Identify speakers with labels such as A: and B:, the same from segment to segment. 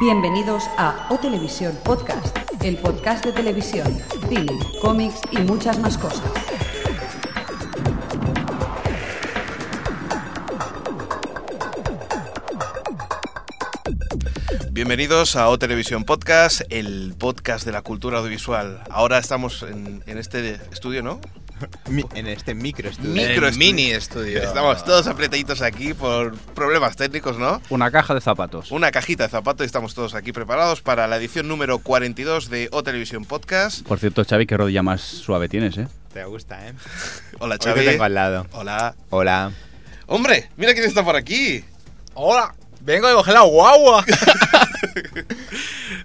A: Bienvenidos a O Televisión Podcast, el podcast de televisión, cine, cómics y muchas más cosas.
B: Bienvenidos a O Televisión Podcast, el podcast de la cultura audiovisual. Ahora estamos en, en este estudio, ¿no?
C: Mi- en este micro estudio.
B: Micro
D: el
B: estudio.
D: mini estudio.
B: Estamos todos apretaditos aquí por problemas técnicos, ¿no?
E: Una caja de zapatos.
B: Una cajita de zapato y estamos todos aquí preparados para la edición número 42 de O Televisión Podcast.
E: Por cierto, Xavi, qué rodilla más suave tienes, ¿eh?
C: Te gusta, ¿eh?
B: Hola,
C: Hoy
B: Xavi.
C: te tengo al lado.
B: Hola.
C: Hola.
B: Hombre, mira quién está por aquí.
D: Hola, vengo de coger la guagua.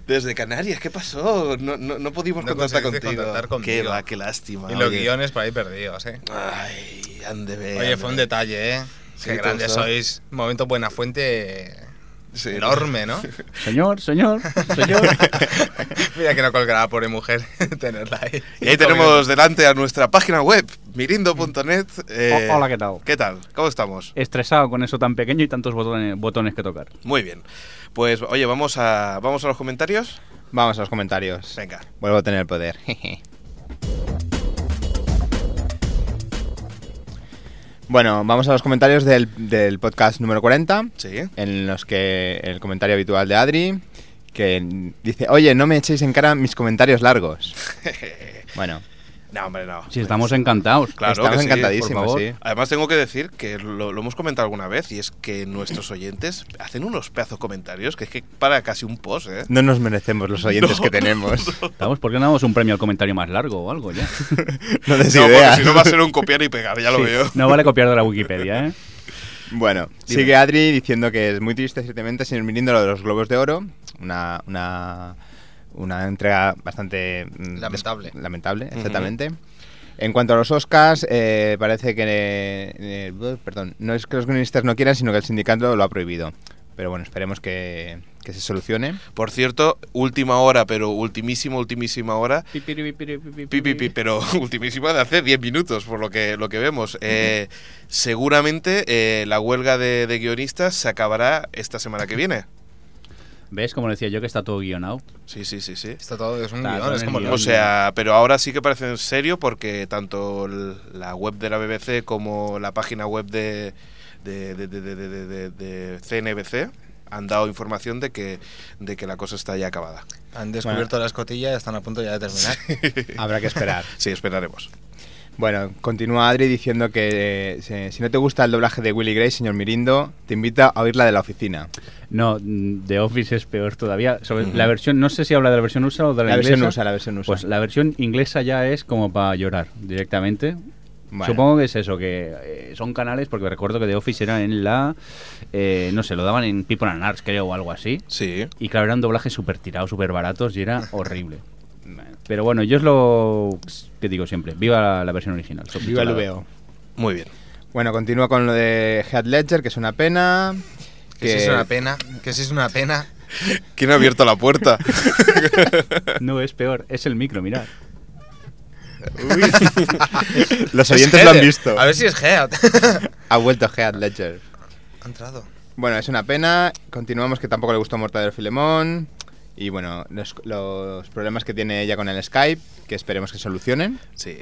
B: Desde Canarias, ¿qué pasó? No, no, no pudimos
D: No
B: contactar
D: conseguiste
B: contigo.
D: contactar
B: Qué
D: conmigo.
B: va, qué lástima.
D: y los
B: oye.
D: guiones por ahí perdidos, eh.
B: Ay, han de ver,
D: Oye,
B: han
D: fue
B: de
D: un
B: ver.
D: detalle, eh.
B: Sí,
D: Qué
B: te
D: grande
B: gustó.
D: sois. Momento buena fuente
B: Sí.
D: enorme, ¿no?
E: Señor, señor, señor.
D: Mira que no colgará, pobre mujer, tenerla ahí.
B: Y ahí tenemos delante a nuestra página web, mirindo.net. eh,
E: Ho- hola, ¿qué tal?
B: ¿Qué tal? ¿Cómo estamos?
E: Estresado con eso tan pequeño y tantos botones, botones que tocar.
B: Muy bien. Pues, oye, vamos a, vamos a los comentarios.
C: Vamos a los comentarios.
B: Venga.
C: Vuelvo a tener poder. bueno, vamos a los comentarios del, del podcast número 40,
B: Sí.
C: en los que el comentario habitual de Adri, que dice, oye, no me echéis en cara mis comentarios largos. Bueno,
B: no, hombre, no.
E: Si estamos encantados.
B: Claro que
C: estamos
B: sí,
C: encantadísimos,
E: por favor.
C: sí.
B: Además, tengo que decir que lo, lo hemos comentado alguna vez y es que nuestros oyentes hacen unos pedazos comentarios que es que para casi un post, ¿eh?
C: No nos merecemos los oyentes que tenemos.
E: Estamos, ¿Por qué no damos un premio al comentario más largo o algo ya?
C: No des
B: no,
C: ideas.
B: porque si no va a ser un copiar y pegar, ya lo
E: Sí,
B: veo.
E: No vale copiar de la Wikipedia, ¿eh?
C: Bueno,
B: Dime.
C: sigue Adri diciendo que es muy triste, ciertamente, sin mirando lo de los Globos de Oro. Una, una, una entrega bastante. mm,
D: Lamentable.
C: des- Lamentable, exactamente. En cuanto a los Oscars, eh, parece que. eh, eh, perdón, no es que los guionistas no quieran, sino que el sindicato lo ha prohibido. Pero bueno, esperemos que, que se solucione.
B: Por cierto, última hora, pero ultimísima, ultimísima hora. Pi, pi, pi, pero ultimísima de hace 10 minutos, por lo que, lo que vemos. Eh, seguramente eh, la huelga de, de guionistas se acabará esta semana que viene.
E: ¿Ves? Como decía yo, que está todo guionado.
B: Sí, sí, sí, sí.
D: Esto todo es un
E: Está
D: guión,
E: todo
D: es
E: en
D: como
E: el
D: el
B: O
E: guión.
B: sea, pero ahora sí que parece en serio porque tanto l- la web de la BBC como la página web de, de, de- de- de- de- de- de CNBC han dado información de que, de que la cosa está ya acabada.
D: Han descubierto la escotilla y están a punto ya de terminar.
C: Habrá que esperar.
B: Sí, esperaremos.
C: Bueno, continúa Adri diciendo que eh, se- si no te gusta el doblaje de Willy Gray, señor Mirindo, te invita a oír la de la oficina.
E: No, mm, The Office es peor todavía. Sobre la versión, no sé si habla de la versión USA o de la,
C: La versión
E: inglesa.
C: USA, la versión USA.
E: Pues la versión inglesa ya es como para llorar directamente.
C: Bueno.
E: Supongo que es eso, que eh, son canales, porque recuerdo que The Office era en la. eh, no sé, lo daban en People and Arts, creo, o algo así.
B: Sí.
E: Y claro, eran doblajes súper tirados, súper baratos y era horrible. Pero bueno, yo es lo que digo siempre: viva la, la versión original.
C: Viva el
E: subtitulada.
C: VO.
B: Muy bien.
C: Bueno, continúa con lo de Head Ledger, que es una pena.
D: que si es una pena, que si es una pena.
B: ¿Quién ha abierto la puerta?
E: No, es peor, es el micro, mirad.
C: Los
D: Es
C: oyentes lo han
D: Heather.
C: visto.
D: A ver si es Head.
C: Ha vuelto Head Ledger.
D: ha entrado.
C: Bueno, es una pena. Continuamos que tampoco le gustó Mortadelo Filemón. Y bueno, los, los problemas que tiene ella con el Skype, que esperemos que solucionen.
B: Sí.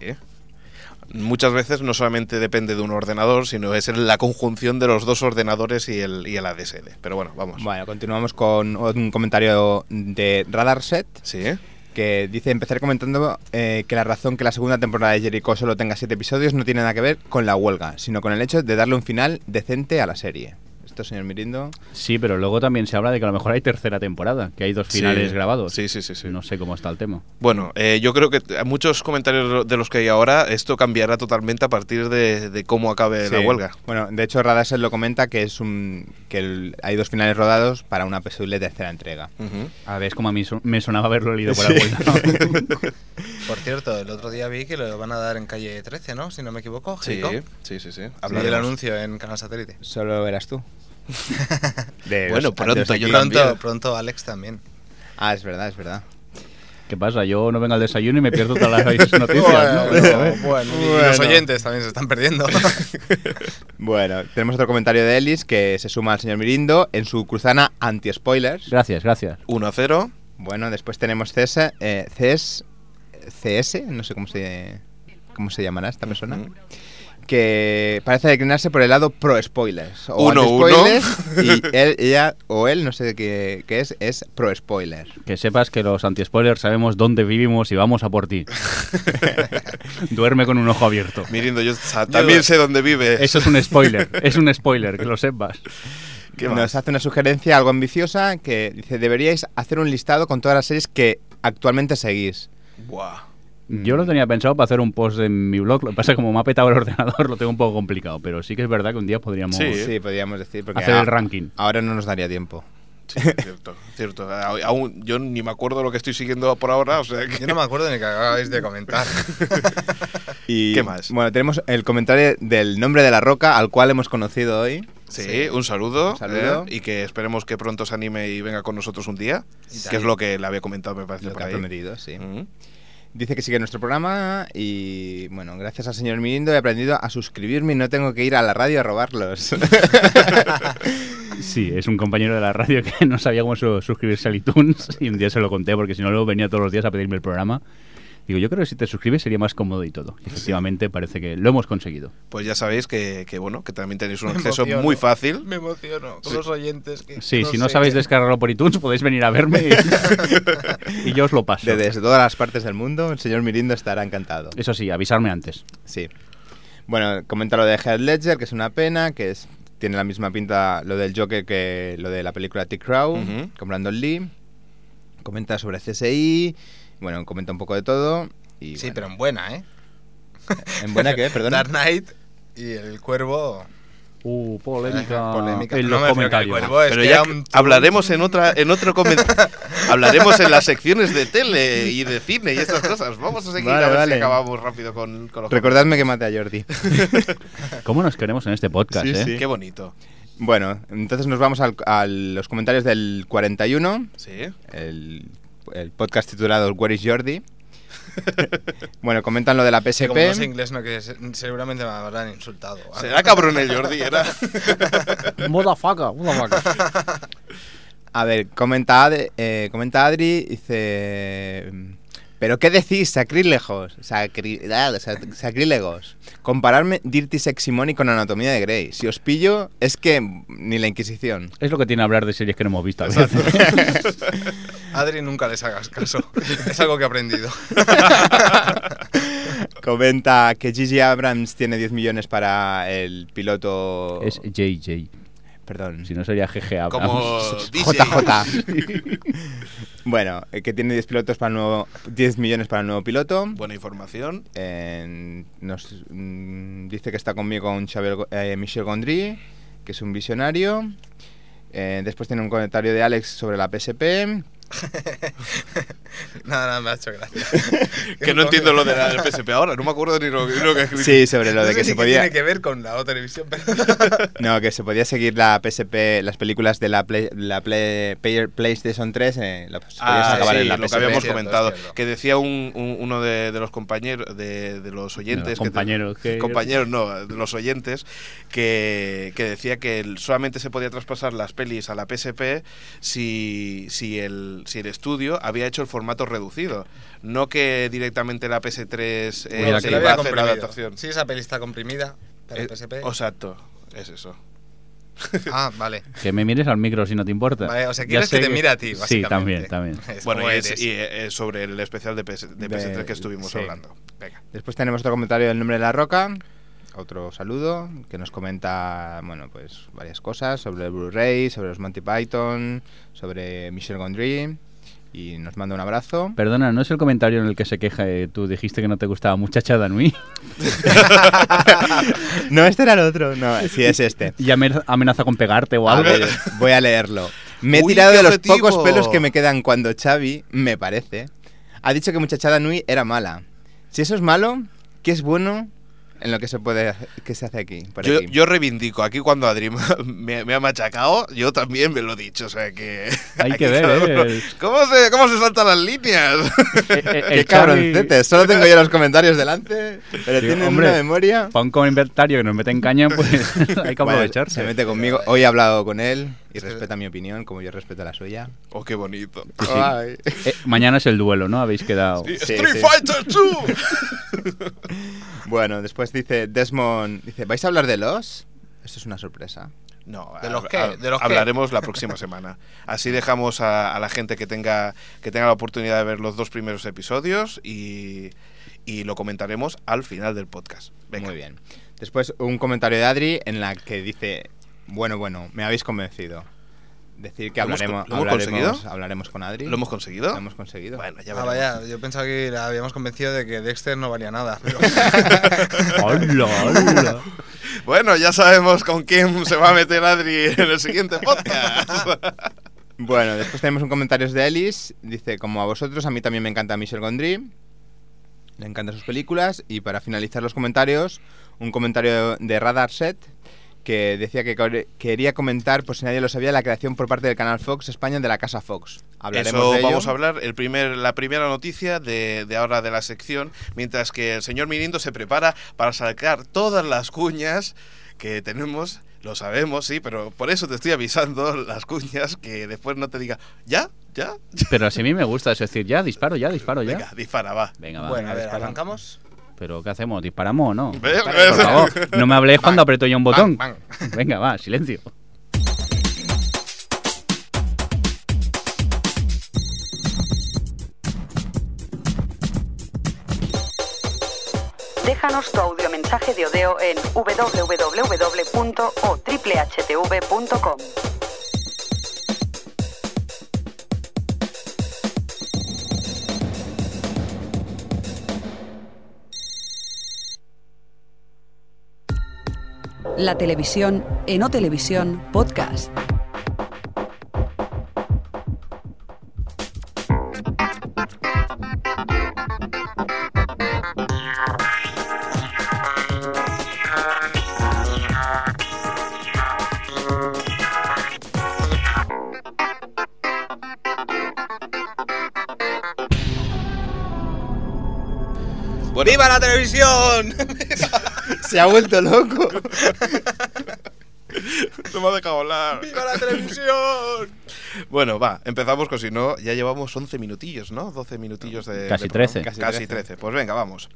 B: Muchas veces no solamente depende de un ordenador, sino es la conjunción de los dos ordenadores y el, y el ADSL. Pero bueno, vamos.
C: Bueno, continuamos con un comentario de Radarset,
B: Sí. ¿eh?
C: que dice empezar comentando eh, que la razón que la segunda temporada de Jericho solo tenga siete episodios no tiene nada que ver con la huelga, sino con el hecho de darle un final decente a la serie. Esto, señor Mirindo,
E: Sí, pero luego también se habla de que a lo mejor hay tercera temporada, que hay dos finales
B: Sí.
E: grabados.
B: Sí, sí, sí, sí.
E: No sé cómo está el tema.
B: Bueno, eh, yo creo que t- muchos comentarios de los que hay ahora, esto cambiará totalmente a partir de, de cómo acabe Eh, la
C: Sí.
B: huelga.
C: Bueno, de hecho Radasset lo comenta que es un que el- hay dos finales rodados para una posible tercera entrega.
B: Ujú.
E: A ver, es como a mí so- me sonaba haberlo leído por algún lado.
D: Por cierto, el otro día vi que lo van a dar en calle 13, ¿no? Si no me equivoco.
B: Sí,
D: Jericó.
B: sí, sí, sí.
D: Vi
B: Hablaremos.
D: el anuncio en Canal Satélite.
C: Solo verás tú. De
B: Bueno,
C: los-
B: pronto,
C: de los
B: yo
C: equipos.
D: Pronto,
B: también.
D: pronto Alex también.
C: Ah, es verdad, es verdad.
E: ¿Qué pasa? Yo no vengo al desayuno y me pierdo todas las noticias. ¿no?
D: Bueno,
E: Pero, a ver.
D: bueno, y los oyentes también se están perdiendo.
C: Bueno, tenemos otro comentario de Ellis que se suma al señor Mirindo en su cruzana anti-spoilers.
E: Gracias, gracias.
B: 1 a 0.
C: Bueno, después tenemos CS, eh, CS, CS, no sé cómo se, cómo se llamará esta persona,
B: Ujú.
C: que parece declinarse por el lado pro spoilers. O
B: Uno,
C: anti-spoilers, Y él, ella o él, no sé qué, qué es, es pro spoiler.
E: Que sepas que los anti-spoilers sabemos dónde vivimos y vamos a por ti. Duerme con un ojo abierto.
B: Mirindo, yo sa- también sé dónde vive.
E: Eso es un spoiler, es un spoiler, que lo sepas.
B: ¿Qué
C: Nos
B: más?
C: hace una sugerencia algo ambiciosa que dice, deberíais hacer un listado con todas las series que actualmente seguís.
B: Buah.
E: Yo lo tenía pensado para hacer un post en mi blog, lo que pasa es que como me ha petado el ordenador lo tengo un poco complicado, pero sí que es verdad que un día podríamos...
B: Sí.
C: Sí, podríamos decir, porque
E: Hacer
C: a-
E: el ranking.
C: ahora no nos daría tiempo.
B: Sí, cierto, cierto. A- Aún, yo ni me acuerdo lo que estoy siguiendo por ahora, o sea que...
D: Yo no me acuerdo ni que acabáis de comentar.
C: Y,
B: ¿Qué más?
C: Bueno, tenemos el comentario del nombre de la roca al cual hemos conocido hoy.
B: Sí, un saludo.
C: Un saludo.
B: eh, y que esperemos que pronto se anime y venga con nosotros un día.
D: Sí.
B: Que es lo que le había comentado, me parece,
C: Lo
B: por
C: que ha
B: ahí.
C: prometido, sí.
B: Mm.
C: Dice que sigue nuestro programa y bueno, gracias al señor Mirindo he aprendido a suscribirme y no tengo que ir a la radio a robarlos.
E: Sí, es un compañero de la radio que no sabía cómo su- suscribirse al iTunes y un día se lo conté porque si no luego venía todos los días a pedirme el programa. Digo, yo creo que si te suscribes sería más cómodo y todo. Y Efectivamente, parece que lo hemos conseguido.
B: Pues ya sabéis que, que, bueno, que también tenéis un
D: Me
B: acceso
D: emociono.
B: muy fácil.
D: Me emociono con los oyentes. que
E: Sí, si no
D: sé
E: sabéis
D: qué-
E: descargarlo por iTunes podéis venir a verme y, y yo os lo paso.
C: Desde todas las partes del mundo, el señor Mirindo estará encantado.
E: Eso sí, avisarme antes.
C: Sí. Bueno, comenta lo de Head Ledger, que es una pena, que es, tiene la misma pinta lo del Joker que lo de la película T-Crow,
B: Ujú.
C: con Brandon Lee. Comenta sobre CSI, bueno, comenta un poco de todo. Y,
D: Sí, pero
C: bueno,
D: en buena, ¿eh?
C: ¿En buena qué? Perdona.
D: Dark Knight y el cuervo.
E: Uh, polémica,
D: Polémica.
E: en
D: No
E: los
D: me refiero que el
E: comentarios.
D: cuervo es
B: Pero
D: que
B: ya
D: era
B: que
D: un-
B: hablaremos en otra en otro comen- hablaremos en las secciones de tele y de cine y estas cosas. Vamos a seguir
C: Vale,
B: a ver
C: vale.
B: si acabamos rápido con, con los
C: Recordadme que maté a Jordi.
E: ¿Cómo nos queremos en este podcast,
C: Sí,
E: eh?
C: sí.
B: Qué bonito.
C: bueno, entonces nos vamos al- a los comentarios del 41,
B: Sí.
C: el, el podcast titulado Where is Jordi. bueno, comentan lo de la PSP.
D: Que como no sé inglés, no que se- seguramente me habrán insultado. o algo.
B: Será cabrón el Jordi, era.
E: Moda faca, moda faca.
C: A ver, comenta, Ad- eh, comenta Adri, dice... ¿Pero qué decís, sacrílegos? Sacri- ah, sac- sacrílegos. Compararme Dirty Sexy Money con Anatomía de Grey. Si os pillo, es que ni la Inquisición.
E: Es lo que tiene hablar de series que no hemos visto. a veces.
D: Adri, nunca les hagas caso. es algo que he aprendido.
C: Comenta que Gigi Abrams tiene 10 millones para el piloto...
E: Es JJ.
C: Perdón.
E: Si no sería GGA.
B: Como DJ.
C: JJ. bueno, eh, que tiene 10, pilotos para el nuevo, 10 millones para el nuevo piloto.
B: Buena información.
C: en- nos mm, dice que está conmigo un Xavier Go- eh, Michel Gondry, que es un visionario. Eh, después tiene un comentario de Alex sobre la PSP.
D: Nada, nada, me ha hecho gracia.
B: Que no entiendo lo de la del PSP ahora, no me acuerdo ni lo, ni lo que escribí.
C: Sí, sobre lo
D: No
C: de
D: sé
C: que
D: ni
C: se
D: qué
C: podía
D: tiene que ver con la otra televisión, pero...
C: no, que se podía seguir la PSP, las películas de la, Play- la Play- Play- PlayStation 3, eh, las podías
B: Ah,
C: acabar
B: sí,
C: en la
B: lo que
C: PSP.
B: habíamos
D: Cierto,
B: comentado.
D: cierto.
B: Que decía un- un- uno de, de los compañeros, de, de los oyentes. que te-
E: compañeros, que-
B: compañeros, no, de los oyentes, que, que decía que el- solamente se podía traspasar las pelis a la PSP si, si, el, si el estudio había hecho el formato reducido. No que directamente la PS3
D: Pues
B: eh,
E: Hubiera
B: se
E: que-
B: iba
E: la
B: a
D: había
B: hacer la
D: comprimido.
B: adaptación.
D: Sí, esa peli está comprimida para
B: Eh,
D: el PSP.
B: Exacto, es eso.
D: Ah, vale.
E: Que me mires al micro si no te importa.
D: Vale, o sea,
E: Ya
D: quieres que
E: sé
D: te mire a
E: Sí,
D: ti, básicamente.
E: también, también.
D: Es
B: Bueno,
D: como
B: y, es,
D: eres.
B: y, eh, sobre el especial de, PS, de
C: De-
B: PS3 que estuvimos
C: sí.
B: hablando. Venga.
C: Después tenemos otro comentario del nombre de la roca. Otro saludo que nos comenta, bueno, pues varias cosas sobre el Blu-ray, sobre los Monty Python, sobre Michel Gondry y nos manda un abrazo.
E: Perdona, ¿no es el comentario en el que se queja eh, tú dijiste que no te gustaba muchacha Danui?
C: no, este era el otro. No, sí es este.
E: Y ame- amenaza con pegarte o
C: A
E: algo.
C: ver, voy a leerlo. Me he
B: Uy,
C: tirado
B: qué
C: de los
B: objetivo.
C: pocos pelos que me quedan cuando Xavi, me parece, ha dicho que Muchachada Nui era mala. Si eso es malo, ¿qué es bueno en lo que se puede hacer- que se hace aquí. por
B: Yo,
C: aquí.
B: yo reivindico, aquí cuando Adri me, me ha machacado, yo también me lo he dicho, o sea que...
E: Hay que
B: aquí
E: ver,
B: cada uno-
E: ¿eh? El-
B: ¿Cómo se, ¿Cómo se saltan las líneas?
E: Eh, eh,
C: Qué
E: el Xavi-
C: cabroncete, solo tengo yo los comentarios delante, pero
E: Sí,
C: tienen
E: hombre.
C: una memoria.
E: Para un inventario que nos mete en caña, pues hay que
C: Bueno,
E: aprovecharse.
C: se mete conmigo. Hoy he hablado con él y
D: Es que-
C: respeta mi opinión como yo respeto la suya.
B: Oh, qué bonito.
C: Ay.
E: Eh, mañana es el duelo, ¿no? Habéis quedado.
B: Sí,
C: Sí,
B: Street
C: sí.
B: Fighter 2!
C: Bueno, después dice Desmond, dice, ¿vais a hablar de los? Esto es una sorpresa.
B: No,
D: ¿De los
B: hab-
D: qué?
B: hab-
D: ¿De los qué?
B: hablaremos la próxima semana. Así dejamos a, a la gente que tenga, que tenga la oportunidad de ver los dos primeros episodios y, y lo comentaremos al final del podcast. Venga.
C: Muy bien. Después un comentario de Adri en la que dice, bueno, bueno, me habéis convencido. Decir que
B: ¿Lo hemos
C: hablaremos,
B: co- lo hemos
C: hablaremos,
B: conseguido?
C: hablaremos con Adri.
B: ¿Lo hemos conseguido?
C: Lo hemos conseguido.
B: Bueno, ya
D: Ah,
B: veremos.
D: vaya, yo pensaba que la habíamos convencido de que Dexter no valía nada. Pero...
E: ¡Hola, hola!
B: Bueno, ya sabemos con quién se va a meter Adri en el siguiente podcast.
C: Bueno, después tenemos un comentario de Ellis. Dice, como a vosotros, a mí también me encanta Michel Gondry. Le encantan sus películas. Y para finalizar los comentarios, un comentario de Radar Set que decía que core- quería comentar, por si nadie lo sabía, la creación por parte del canal Fox España de la casa Fox. Hablaremos
B: Eso
C: de ello.
B: vamos a hablar, el primer, la primera noticia de, de ahora de la sección, mientras que el señor Mirindo se prepara para sacar todas las cuñas que tenemos, lo sabemos, sí, pero por eso te estoy avisando las cuñas que después no te diga, ¿ya? ¿Ya?
E: Pero así a mí me gusta, es decir, ya disparo, ya disparo, ya.
B: Venga, dispara, va.
E: Venga, va.
D: bueno, a ver,
E: dispara.
D: ¿arrancamos?
E: Pero ¿qué hacemos? ¿Disparamos o no?
B: Ve-
E: Por favor, no me habléis cuando aprieto yo un botón.
D: Bang,
E: Venga, va, silencio.
A: Déjanos tu audiomensaje de Odeo en www.otriplehtv.com. La televisión en O Televisión Podcast.
B: Bueno,
D: ¡Viva la televisión!
C: Se ha vuelto loco.
B: no me ha dejado hablar.
D: ¡Viva la televisión!
B: Bueno, va, empezamos con si no, ya llevamos 11 minutillos, ¿no? 12 minutillos de...
E: Casi
B: de programa.
E: 13.
B: Casi,
C: Casi
B: 13. Pues venga, vamos.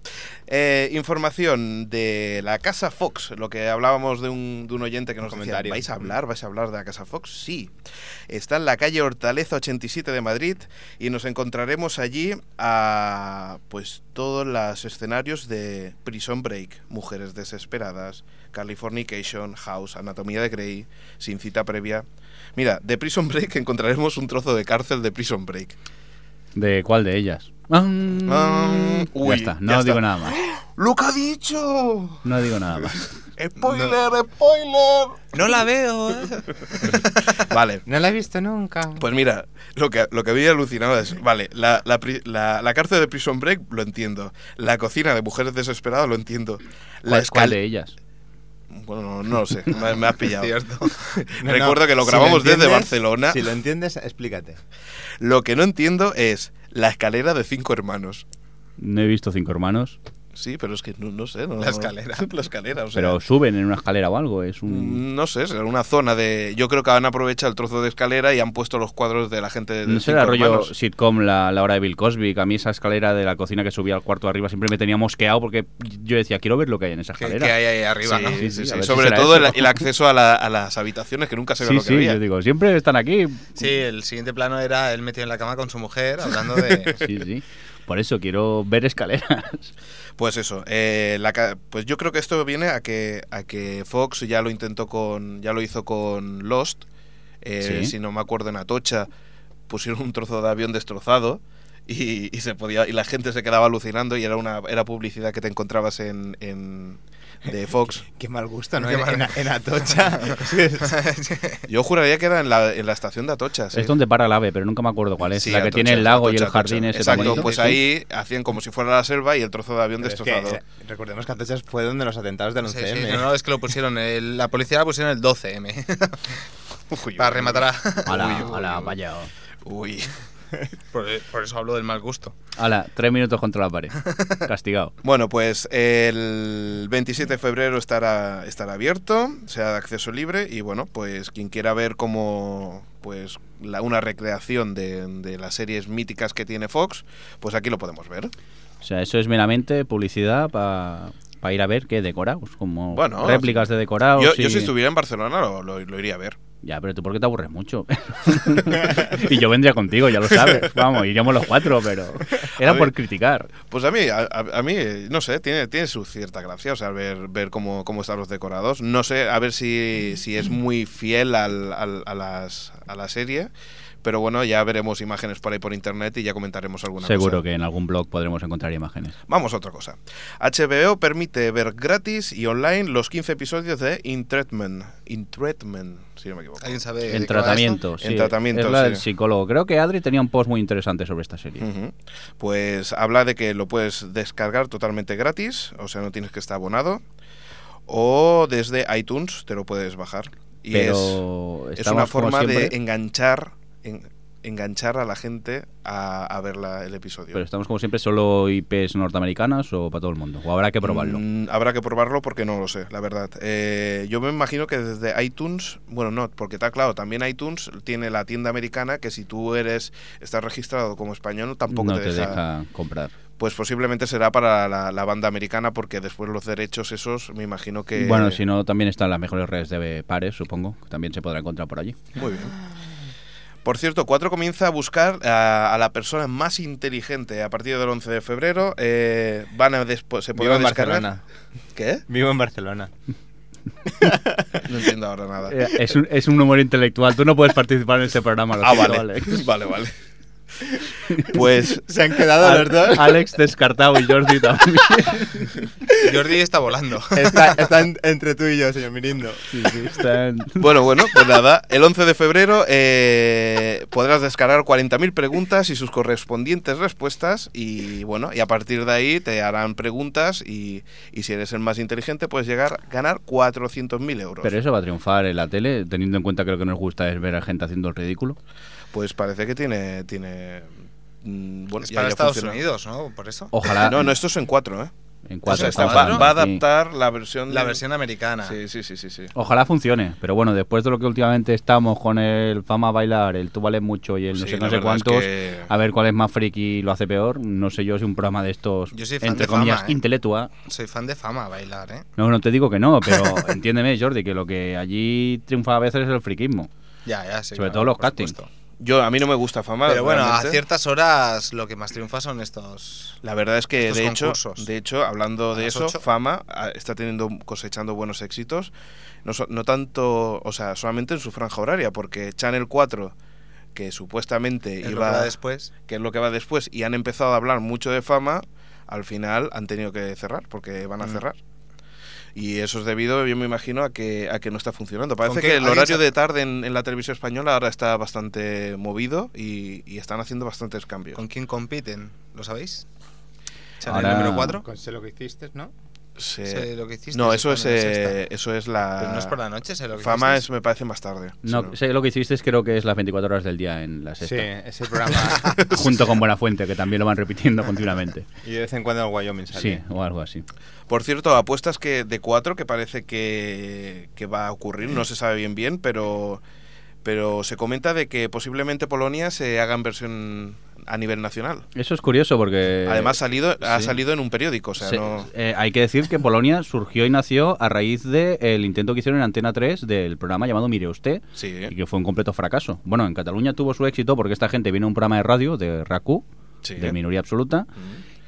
B: Eh, información de la Casa Fox, lo que hablábamos de un, de un oyente que nos decía,
C: comentario.
B: ¿vais a hablar? ¿Vais a hablar de la Casa Fox? Sí. Está en la calle Hortaleza 87 de Madrid y nos encontraremos allí a pues todos los escenarios de Prison Break, Mujeres Desesperadas, Californication, House, Anatomía de Grey, sin cita previa. Mira, de Prison Break encontraremos un trozo de cárcel de Prison Break.
E: ¿De cuál de ellas? Mm,
B: Ah,
E: ya
B: uy,
E: está,
B: ya
E: no
B: está.
E: digo nada más.
B: ¡Lo que ha dicho!
E: No digo nada más.
B: ¡Spoiler, spoiler!
D: No la veo, ¿eh?
B: Vale.
C: No la he visto nunca.
B: Pues mira, lo que, lo que había alucinado es, vale, la, la pri- la- la cárcel de Prison Break lo entiendo, la cocina de Mujeres Desesperadas lo entiendo, la
E: ¿Cuál, cuál
B: escalera...
E: de ellas?
B: Bueno, no, no lo sé, me, me has pillado.
D: Cierto.
C: No, no,
B: Recuerdo que lo
C: si
B: grabamos desde
C: entiendes-
B: Barcelona.
C: Si lo entiendes, explícate.
B: Lo que no entiendo es la escalera de cinco hermanos.
E: No he visto cinco hermanos,
B: Sí, pero es que no, no sé. no-
D: La escalera.
B: La escalera, o sea. Mm,
E: pero suben en una escalera o algo. Es un.
B: No sé, será una zona de. Yo creo que han aprovechado el trozo de escalera y han puesto los cuadros de la gente de.
E: No
B: Cinco
E: será rollo
B: Hermanos.
E: sitcom la, la hora de Bill Cosby. que a mí esa escalera de la cocina que subía al cuarto de arriba siempre me tenía mosqueado porque yo decía, quiero ver lo que hay en esa
D: ¿Qué,
E: escalera.
D: qué hay ahí arriba,
B: Sí,
D: no?
B: sí,
E: Sí,
B: sí,
E: sí, a
B: sí.
E: ver si
B: Sobre
E: será
B: todo el,
E: eso.
B: el acceso a, la- a las habitaciones que nunca se ve
E: sí,
B: lo que
E: sí,
B: había.
E: yo digo, siempre están aquí.
D: Sí, el siguiente plano era él metido en la cama con su mujer hablando de...
E: Sí, sí. Por eso quiero ver escaleras.
B: Pues eso, eh, la ca- pues yo creo que esto viene a que a que Fox ya lo intentó con ya lo hizo con Lost, eh,
E: Sí.
B: si no me acuerdo en Atocha pusieron un trozo de avión destrozado y, y se podía y la gente se quedaba alucinando y era una era publicidad que te encontrabas en, en, de Fox.
C: Qué mal gusto, ¿no?
D: Qué
C: En,
D: mal-
C: en A- en Atocha.
B: Yo juraría que era en la, en la estación de Atocha. sí.
E: Es donde para el ave, pero nunca me acuerdo cuál es.
B: Sí,
E: la que
B: Atocha,
E: tiene el lago y el
B: Atocha,
E: jardín
B: Atocha.
E: ese tan
B: Exacto,
E: bonito.
B: pues ahí hacían como si fuera la selva y el trozo de avión
C: Pero es que,
B: destrozado.
C: o sea, recordemos que Atocha fue donde los atentados del
D: Sí,
C: 11M.
D: sí, no, no, es que lo pusieron, el- la policía la pusieron el 12M,
B: Uy,
D: para
B: uy,
D: rematar a-
E: Ala,
B: Uy, uy,
E: ala,
B: uy.
E: vaya.
B: Uy.
D: Por, por eso hablo del mal gusto.
E: Ala, tres minutos contra la pared. Castigado.
B: Bueno, pues el 27 de febrero estará, estará abierto, será de acceso libre y bueno, pues quien quiera ver como pues la- una recreación de, de las series míticas que tiene Fox, pues aquí lo podemos ver.
E: O sea, eso es meramente publicidad para ir a ver qué decorados, como
B: Bueno,
E: réplicas de decorados.
B: yo,
E: y-
B: yo si estuviera en Barcelona lo, lo- lo iría a ver.
E: Ya, pero tú porque te aburres mucho. y yo vendría contigo, ya lo sabes. Vamos, iríamos los cuatro, pero
B: A
E: era
B: ver.
E: por criticar.
B: Pues a mí, a, a- a mí eh, no sé, tiene, tiene su cierta gracia, o sea, ver, ver cómo, cómo están los decorados. No sé, a ver si, si es muy fiel al- al- a, las, a la serie. Pero bueno, ya veremos imágenes por ahí por internet y ya comentaremos alguna cosa.
E: Seguro que en algún blog podremos encontrar imágenes.
B: Vamos a otra cosa. HBO permite ver gratis y online los 15 episodios de In Treatment. In Treatment, si no me equivoco.
D: ¿Alguien sabe? de qué va
E: En
D: esto?
E: tratamiento, sí.
B: Eh, En tratamiento,
E: Es la del
B: sí. Mm,
E: psicólogo. Creo que Adri tenía un post muy interesante sobre esta serie.
B: Ujú. Pues habla de que lo puedes descargar totalmente gratis, o sea, no tienes que estar abonado. O desde iTunes te lo puedes bajar. Y
E: pero
B: es, es
E: estamos
B: una
E: como
B: forma de
E: siempre-
B: enganchar, en- enganchar a la gente a, a ver la- el episodio.
E: Pero estamos como siempre solo IPs norteamericanas o para todo el mundo. O habrá que probarlo.
B: Mm, habrá que probarlo porque no lo sé, la verdad. Eh, yo me imagino que desde iTunes, bueno, no, porque está claro, también iTunes tiene la tienda americana que si tú eres estás registrado como español tampoco
E: no te deja comprar.
B: Pues posiblemente será para la, la banda americana porque después los derechos esos me imagino que...
E: Bueno, si no, también están las mejores redes de pares, supongo. que También se podrá encontrar por allí.
B: Muy bien. Por cierto, 4 comienza a buscar a, a la persona más inteligente a partir del 11 de febrero. eh, van a despo- se
C: Vivo
B: podrá
C: en
B: descargar.
C: Barcelona.
B: ¿Qué?
C: Vivo en Barcelona.
B: No entiendo ahora nada.
E: Eh, Es un, es un humor intelectual. Tú no puedes participar en este programa. lo
B: Ah,
E: siento,
B: vale.
E: Alex.
B: Vale, vale. Pues
C: Se han quedado
E: Al-
C: los dos.
E: Alex descartado y Jordi también.
D: Jordi está volando.
C: Está, está en- entre tú y yo, señor Mirindo.
E: Sí, sí, están-
B: Bueno, bueno, pues nada, el 11 de febrero eh, podrás descargar 40.000 preguntas y sus correspondientes respuestas y bueno, y a partir de ahí te harán preguntas y, y si eres el más inteligente puedes llegar a ganar 400.000 euros.
E: Pero eso va a triunfar en la tele, teniendo en cuenta que lo que nos gusta es ver a gente haciendo el ridículo.
B: Pues parece que tiene... tiene mm, bueno,
D: Es
B: ya-
D: para
B: ya
D: Estados
B: funciona.
D: Unidos, ¿no? Por eso.
E: Ojalá.
B: No, no, esto es en 4, ¿eh?
E: en cuatro.
D: Eso está
B: va,
E: estamos
D: mal,
E: hablando,
B: va a
E: sí.
B: adaptar la versión...
D: La
B: de-
D: versión americana.
B: Sí, sí, sí, sí, sí.
E: Ojalá funcione, pero bueno, después de lo que últimamente estamos con el fama bailar, el tú vales mucho y el no
B: Sí,
E: sé,
B: la
E: no sé
B: verdad es
E: cuántos,
B: que-
E: a ver cuál es más friki y lo hace peor, no sé yo si un programa de estos,
D: Yo soy fan
E: entre
D: de Fama,
E: comillas,
D: ¿eh?
E: intelectual.
D: Soy fan de fama bailar, ¿eh?
E: No, no te digo que no, pero entiéndeme, Jordi, que lo que allí triunfa a veces es el friquismo.
D: Ya, ya, sí.
E: Sobre
D: claro,
E: todo los
D: por
E: castings.
D: supuesto.
B: Yo, a mí no me gusta fama.
D: Pero bueno, a
B: realmente.
D: ciertas horas lo que más triunfa son estos.
B: La verdad es que
D: Estos
B: de hecho,
D: concursos.
B: de hecho, hablando
D: A
B: de
D: las
B: eso,
D: ocho.
B: Fama ah, está teniendo cosechando buenos éxitos, no, so- no tanto, o sea, solamente en su franja horaria, porque Channel 4 que supuestamente
D: Es lo que
B: iba
D: Eh, va después.
B: que es lo que va después y han empezado a hablar mucho de Fama, al final han tenido que cerrar porque van a
D: Mm.
B: cerrar. Y eso es debido, yo me imagino, a que, a que no está funcionando. Parece
D: ¿Con
B: que
D: qué?
B: el
D: ¿Alguien
B: horario
D: sabe?
B: de tarde en, en la televisión española ahora está bastante movido y, y están haciendo bastantes cambios.
D: ¿Con quién compiten? ¿Lo sabéis? ¿Chanel
E: Ahora-
D: número 4?
C: Sé lo que hiciste, ¿no?
B: Se-
D: Sé lo que hiciste,
B: no,
D: se
B: eso es,
D: pone en
B: eh,
D: sexta.
B: eso es la.
D: Pero no es por la noche, sé lo que
B: Fama
D: hicisteis.
B: es, me parece más tarde.
E: No,
B: Sí,
E: sé lo que hiciste es creo que es las 24 horas del día en la
C: Sí,
E: sexta,
C: ese programa.
E: junto con Buenafuente, que también lo van repitiendo continuamente.
C: y de vez en cuando el Wyoming
E: Sí,
C: sale.
E: o algo así.
B: Por cierto, apuestas que de cuatro que parece que, que va a ocurrir, no se sabe bien bien, pero pero se comenta de que posiblemente Polonia se haga en versión a nivel nacional.
E: Eso es curioso porque...
B: Además salido, ha
E: Eh, sí.
B: salido en un periódico, o sea,
E: Se-
B: no
E: eh, hay que decir que Polonia surgió y nació a raíz del intento que hicieron en Antena 3 del programa llamado Mire Usted,
B: sí, ¿eh?
E: y que fue un completo fracaso. Bueno, en Cataluña tuvo su éxito porque esta gente viene a un programa de radio de RACU,
B: sí. ¿eh? Mm.
E: de minoría absoluta.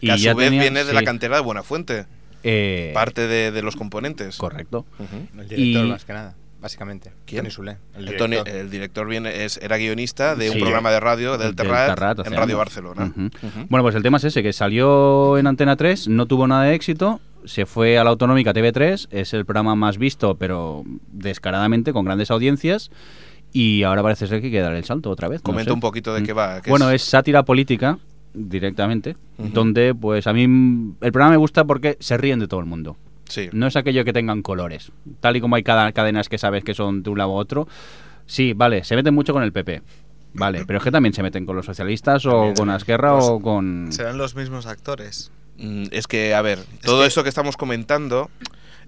B: que a su vez
E: tenía-
B: viene de la
E: sí,
B: cantera de Buenafuente,
E: eh,
B: parte de, de los componentes.
E: Correcto.
B: Ujú.
C: El director,
E: Y-
C: más que nada. básicamente.
B: ¿Quién?
C: Tony Sule, el
B: El,
C: director.
B: Tony- el director viene, es, era guionista de un
E: Sí.
B: programa de radio del
E: Del
B: Terrat,
E: Terrat, hace
B: en Radio
E: años.
B: Barcelona.
E: Ujú.
B: Ujú.
E: Bueno, pues el tema es ese, que salió en Antena 3, no tuvo nada de éxito, se fue a la autonómica TV3, es el programa más visto, pero descaradamente, con grandes audiencias, y ahora parece ser que hay que dar el salto otra vez. no
B: Comenta
E: sé. Mm.
B: un poquito de qué va. qué
E: Bueno, es sátira política directamente,
B: Ujú.
E: donde pues a mí mm, el programa me gusta porque se ríen de todo el mundo.
B: Sí.
E: No es aquello que tengan colores. Tal y como hay cada, cadenas que sabes que son de un lado a otro. Sí, vale, se meten mucho con el PP. Vale, pero es que también se meten con los socialistas o
D: También,
E: con Asquerra
D: los-
E: o con...
D: Serán los mismos actores.
B: Mm, Es que, a ver, todo
D: que-
B: esto que estamos comentando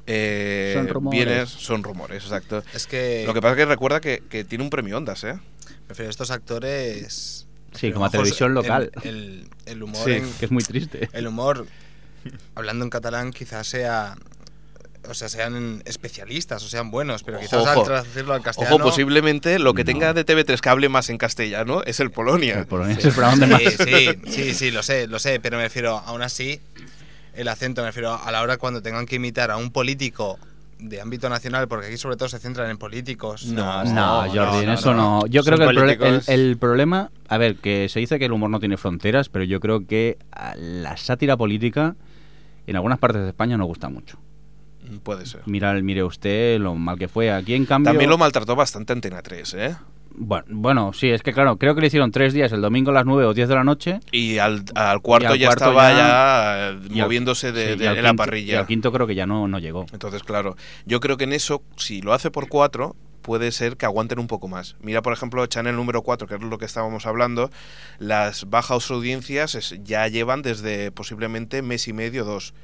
B: eh,
E: Son rumores.
B: viene- son rumores, exacto.
D: Es
C: Eh,
D: que,
B: Lo que pasa es que recuerda que, que tiene un premio Ondas, ¿eh?
D: me refiero, estos actores.
E: Sí,
D: a lo
E: como a
D: mejor
E: televisión
D: el-
E: local.
D: El, el humor.
B: Sí.
D: en-
E: Que es muy triste.
D: el humor, hablando en catalán, quizás sea. O sea, sean especialistas o sean buenos, pero
B: Ojo,
D: quizás
B: ojo.
D: al traducirlo al castellano.
B: Ojo, posiblemente lo que
E: No.
B: tenga de TV3 que hable más en castellano es el Polonia.
E: El Polonia es el programa donde
D: Sí,
E: más-
D: sí, sí, sí, lo sé, lo sé, pero me refiero, aún así, el acento, me refiero a la hora cuando tengan que imitar a un político de ámbito nacional, porque aquí sobre todo se centran en políticos.
B: No,
E: No, Jordi, en
D: no,
E: eso
D: no.
E: no. Yo creo
C: Son
E: que el, prole-
C: políticos.
E: el- el problema, a ver, que se dice que el humor no tiene fronteras, pero yo creo que a la sátira política en algunas partes de España no gusta mucho.
B: Mm, Puede ser.
E: Mira, mire usted lo mal que fue. Aquí en cambio,
B: También lo maltrató bastante Antena 3, ¿eh?
E: bueno, bueno, sí, es que claro, creo que le hicieron tres días, el domingo a las 9 o 10 de la noche.
B: Y al, al cuarto
E: al
B: ya
E: cuarto
B: estaba
E: ya-
B: ya, eh,
E: y al-
B: moviéndose de,
E: sí, y
B: de-
E: al
B: de la
E: quinto- Y
B: parrilla.
E: al quinto creo que ya no, no llegó.
B: Entonces, claro, yo creo que en eso, si lo hace por cuatro, puede ser que aguanten un poco más. Mira, por ejemplo, Channel número 4, que es lo que estábamos hablando, las bajas audiencias es- ya llevan desde posiblemente mes y medio, dos,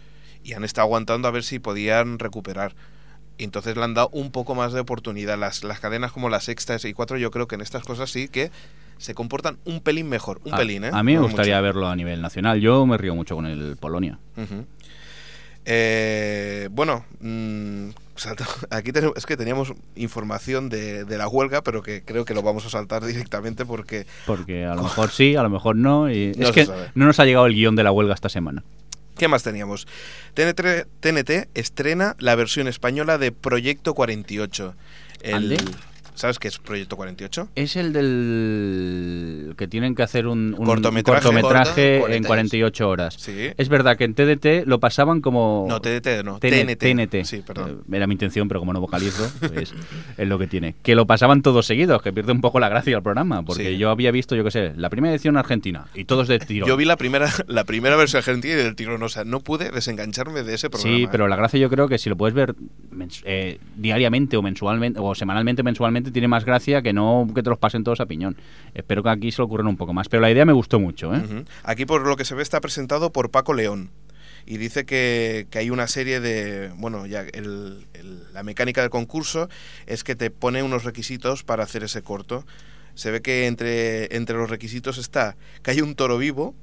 B: y han estado aguantando a ver si podían recuperar. Y entonces le han dado un poco más de oportunidad. Las, las cadenas como la sexta y cuatro, yo creo que en estas cosas sí que se comportan un pelín mejor. Un
E: a,
B: pelín, ¿eh?
E: a mí me
B: No
E: gustaría
B: mucho.
E: verlo a nivel nacional. Yo me río mucho con el Polonia.
B: Ujú. Eh, bueno, mm, salta- aquí tenemos, es que teníamos información de, de la huelga, pero que creo que lo vamos a saltar directamente porque
E: Porque a lo mejor sí, a lo mejor no. y-
B: No
E: es
B: se
E: que
B: sabe.
E: no nos ha llegado el guión de la huelga esta semana.
B: ¿qué más teníamos? TNT, TNT estrena la versión española de Proyecto 48.
E: Ande.
B: ¿Sabes qué es Proyecto 48?
E: Es el del que tienen que hacer un, un
B: Cortometraje.
E: cortometraje
D: Corto,
E: en 48 horas.
B: Sí.
E: Es verdad que en TDT lo pasaban como
B: No, TNT, no.
E: TN-
B: TNT.
E: TNT.
B: Sí, perdón.
E: Eh, Era mi intención, pero como no vocalizo, pues, es lo que tiene. Que lo pasaban todos seguidos, que pierde un poco la gracia el programa. Porque
B: Sí.
E: yo había visto, yo qué sé, la primera edición argentina y todos de tiro.
B: Yo vi la primera, la primera versión argentina y del tirón, o sea, no pude desengancharme de ese programa. ¿eh?
E: Sí, pero la gracia yo creo que si lo puedes ver mens- eh, diariamente o mensualmente o semanalmente, mensualmente tiene más gracia que no que te los pasen todos a piñón. Espero que aquí se lo ocurran un poco más. Pero la idea me gustó mucho, ¿eh?
B: Ujú. Aquí, por lo que se ve, está presentado por Paco León. Y dice que, que hay una serie de. Bueno, ya el- el- la mecánica del concurso es que te pone unos requisitos para hacer ese corto. Se ve que entre, entre los requisitos está que hay un toro vivo,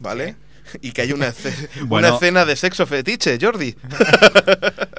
B: ¿vale? Y que hay una, ce-
E: Bueno.
B: una escena de sexo fetiche, Jordi.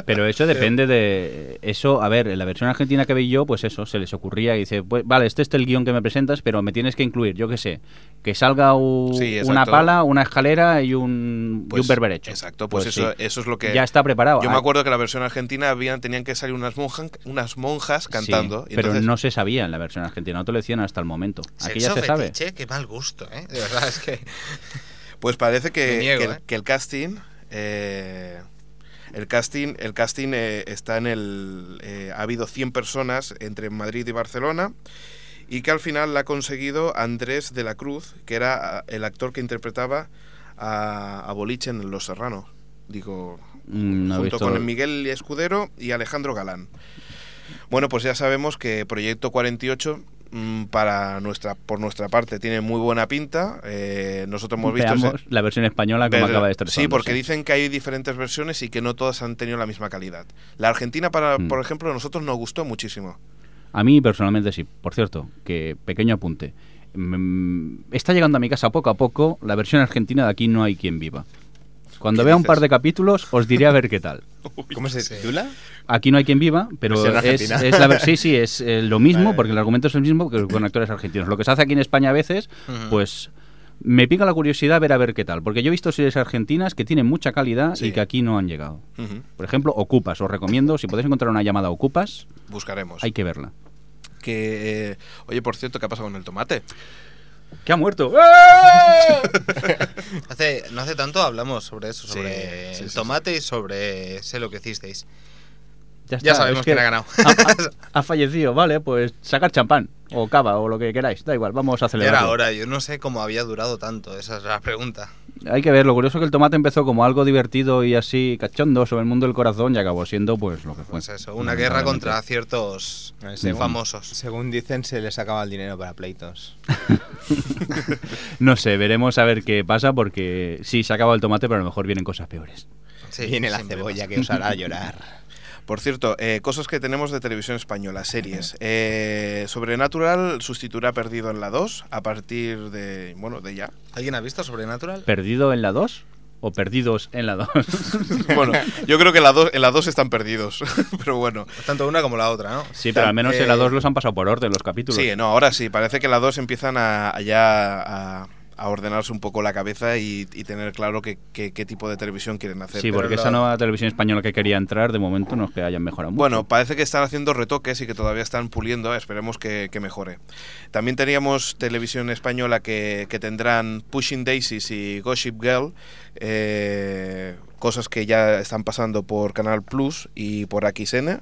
E: Pero eso depende de eso. A ver, en la versión argentina que vi yo, pues eso, se les ocurría y dice, pues vale, este es el guión que me presentas, pero me tienes que incluir, yo qué sé, que salga u-
B: Sí, exacto.
E: una pala, una escalera y un, y
B: Pues,
E: un berberecho.
B: Exacto, pues, eso,
E: sí.
B: eso es lo que.
E: ya está preparado.
B: Yo me
E: Ah,
B: acuerdo que en la versión argentina habían, tenían que salir unas, monjan- unas monjas
E: sí,
B: cantando. y
E: pero
B: entonces-
E: no se sabía en la versión argentina, no te lo decían hasta el momento. Aquí ya
D: Sexo
E: se sabe.
D: fetiche, qué mal gusto, ¿eh? De verdad, es que.
B: Pues parece que,
D: Me niego,
B: que el-
D: ¿eh?
B: que el casting. eh, el casting, el casting eh, está en el. eh, ha habido 100 personas entre Madrid y Barcelona. Y que al final la ha conseguido Andrés de la Cruz, que era ah, el actor que interpretaba a, a Boliche en Los Serranos. Digo,
E: Mm, no he
B: junto
E: visto-
B: con Miguel Escudero y Alejandro Galán. Bueno, pues ya sabemos que Proyecto 48 mm, para nuestra por nuestra parte tiene muy buena pinta. Eh, nosotros hemos visto ese-
E: Veamos la versión española como
B: pero-
E: acaba de estar.
B: Sí, porque dicen que hay diferentes versiones y que no todas han tenido la misma calidad. La Argentina, para,
E: Mm.
B: por ejemplo, a nosotros nos gustó muchísimo.
E: A mí personalmente sí. Por cierto, que pequeño apunte. Mm, Está llegando a mi casa poco a poco la versión argentina de aquí no hay quien viva. Cuando
B: ¿Qué
E: vea un
B: dices?
E: par de capítulos os diré a ver qué tal.
C: ¿Cómo se
D: Sí.
C: titula?
E: Aquí no hay quien viva, pero
C: Versión
E: es,
C: argentina.
E: es la ver- sí, sí, es eh, lo mismo
C: Vale.
E: porque el argumento es el mismo que con actores argentinos. Lo que se hace aquí en España a veces,
D: Ujú.
E: pues me pica la curiosidad ver a ver qué tal, porque yo he visto series argentinas que tienen mucha calidad
B: Sí.
E: y que aquí no han llegado.
B: Ujú.
E: Por ejemplo, Ocupas, os recomiendo, si podéis encontrar una llamada Ocupas,
B: Buscaremos.
E: hay que verla.
B: Que, eh, oye, por cierto, ¿qué ha pasado con el tomate?
E: ¡Que ha muerto!
B: ¡Eh!
D: Hace, no hace tanto hablamos sobre eso, sobre
B: sí,
D: el
B: sí,
D: tomate y sobre sé lo que hicisteis.
E: está,
D: Ya sabemos
E: es
D: quién ha ganado.
E: Ha, ha- ha fallecido, vale, pues sacar champán o cava o lo que queráis, da igual, vamos a
D: Y ahora,
E: celebrarlo.
D: ahora, yo no sé cómo había durado tanto, esa es la pregunta.
E: Hay que ver, lo curioso es que el tomate empezó como algo divertido y así cachondo sobre el mundo del corazón y acabó siendo pues lo que fue.
D: Pues eso, una guerra
E: Lamentablemente.
D: contra ciertos
C: Sí.
D: famosos.
C: Según dicen, se les acaba el dinero para pleitos.
E: No sé, veremos a ver qué pasa porque sí, se ha acabado el tomate, pero a lo mejor vienen cosas peores.
D: Sí,
C: Viene la
D: siempre
C: cebolla que os hará llorar.
B: Por cierto, eh, cosas que tenemos de televisión española, series. Eh, Sobrenatural sustituirá Perdido en la 2 a partir de, bueno, de ya.
D: pasa. ¿Alguien ha visto Sobrenatural?
E: ¿Perdido en la 2 o perdidos en la 2?
B: Bueno, yo creo que la dos- en la 2 están perdidos, pero bueno.
D: Tanto una como la otra, ¿no?
E: sí, pero al menos en la 2 los han pasado por orden los capítulos.
B: Sí, no, ahora sí, parece que la 2 empiezan a, a ya a, a ordenarse un poco la cabeza y, y tener claro que- que- qué tipo de televisión quieren hacer.
E: Sí,
B: Pero
E: porque
B: la-
E: esa nueva televisión española que quería entrar, de momento no es que hayan mejorado mucho.
B: Bueno, parece que están haciendo retoques y que todavía están puliendo, esperemos que, que mejore. También teníamos televisión española que, que tendrán Pushing Daisies y Gossip Girl, eh, cosas que ya están pasando por Canal Plus y por AXN,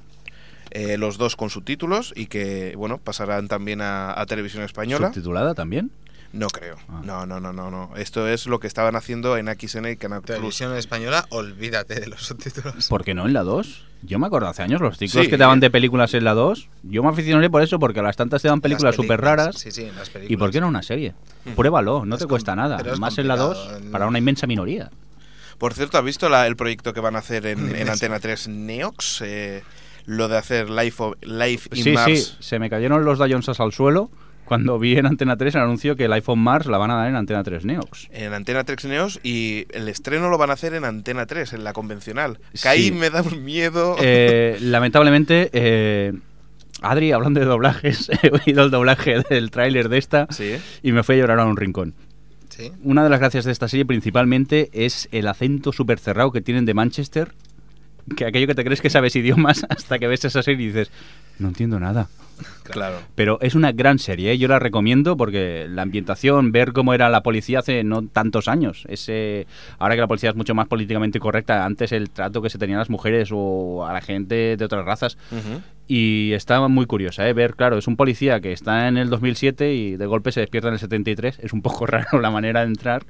B: eh, los dos con subtítulos y que, bueno, pasarán también a, a televisión española.
E: ¿Subtitulada también?
B: No creo.
E: Ah.
B: No, no, no, no, no. Esto es lo que estaban haciendo en AXN y Canal Plus.
D: Televisión española, olvídate de los subtítulos.
E: ¿Por qué no en la 2? Yo me acuerdo hace años los ciclos
B: Sí.
E: que daban de películas en la 2. Yo me aficioné por eso, porque a las tantas te dan películas
D: Las
E: súper raras.
D: Sí, sí, las películas.
E: ¿Y por qué no una serie? Pruébalo, no
D: Es
E: te
D: com-
E: cuesta nada.
D: pero es
E: Más en la 2
D: complicado, el-
E: para una inmensa minoría.
B: Por cierto, ¿has visto la- el proyecto que van a hacer en,
E: Mm,
B: en Antena 3 Neox? Eh, lo de hacer Life, of- Life in
D: Pues
E: Sí,
B: Mars.
E: sí, se me cayeron los Dayonsas al suelo cuando vi en Antena 3 el anuncio que el iPhone Mars la van a dar en Antena 3 Neox.
B: En Antena 3 Neox y el estreno lo van a hacer en Antena 3, en la convencional. Que ahí
E: Sí.
B: me da un
D: Oh.
B: miedo.
E: Eh, lamentablemente, eh, Adri, hablando de doblajes, he oído el doblaje del tráiler de esta
B: Sí.
E: y me fui a llorar a un rincón.
D: Sí.
E: Una de las gracias de esta serie principalmente es el acento súper cerrado que tienen de Manchester, que aquello que te crees que sabes idiomas hasta que ves esa serie y dices, no entiendo nada.
B: Claro.
E: Pero es una gran serie, ¿eh? yo la recomiendo porque la ambientación, ver cómo era la policía hace no tantos años, ese ahora que la policía es mucho más políticamente correcta, antes el trato que se tenía a las mujeres o a la gente de otras razas,
B: Ujú.
E: y está muy curiosa, ¿eh? ver, claro, es un policía que está en el 2007 y de golpe se despierta en el 73, es un poco raro la manera de entrar,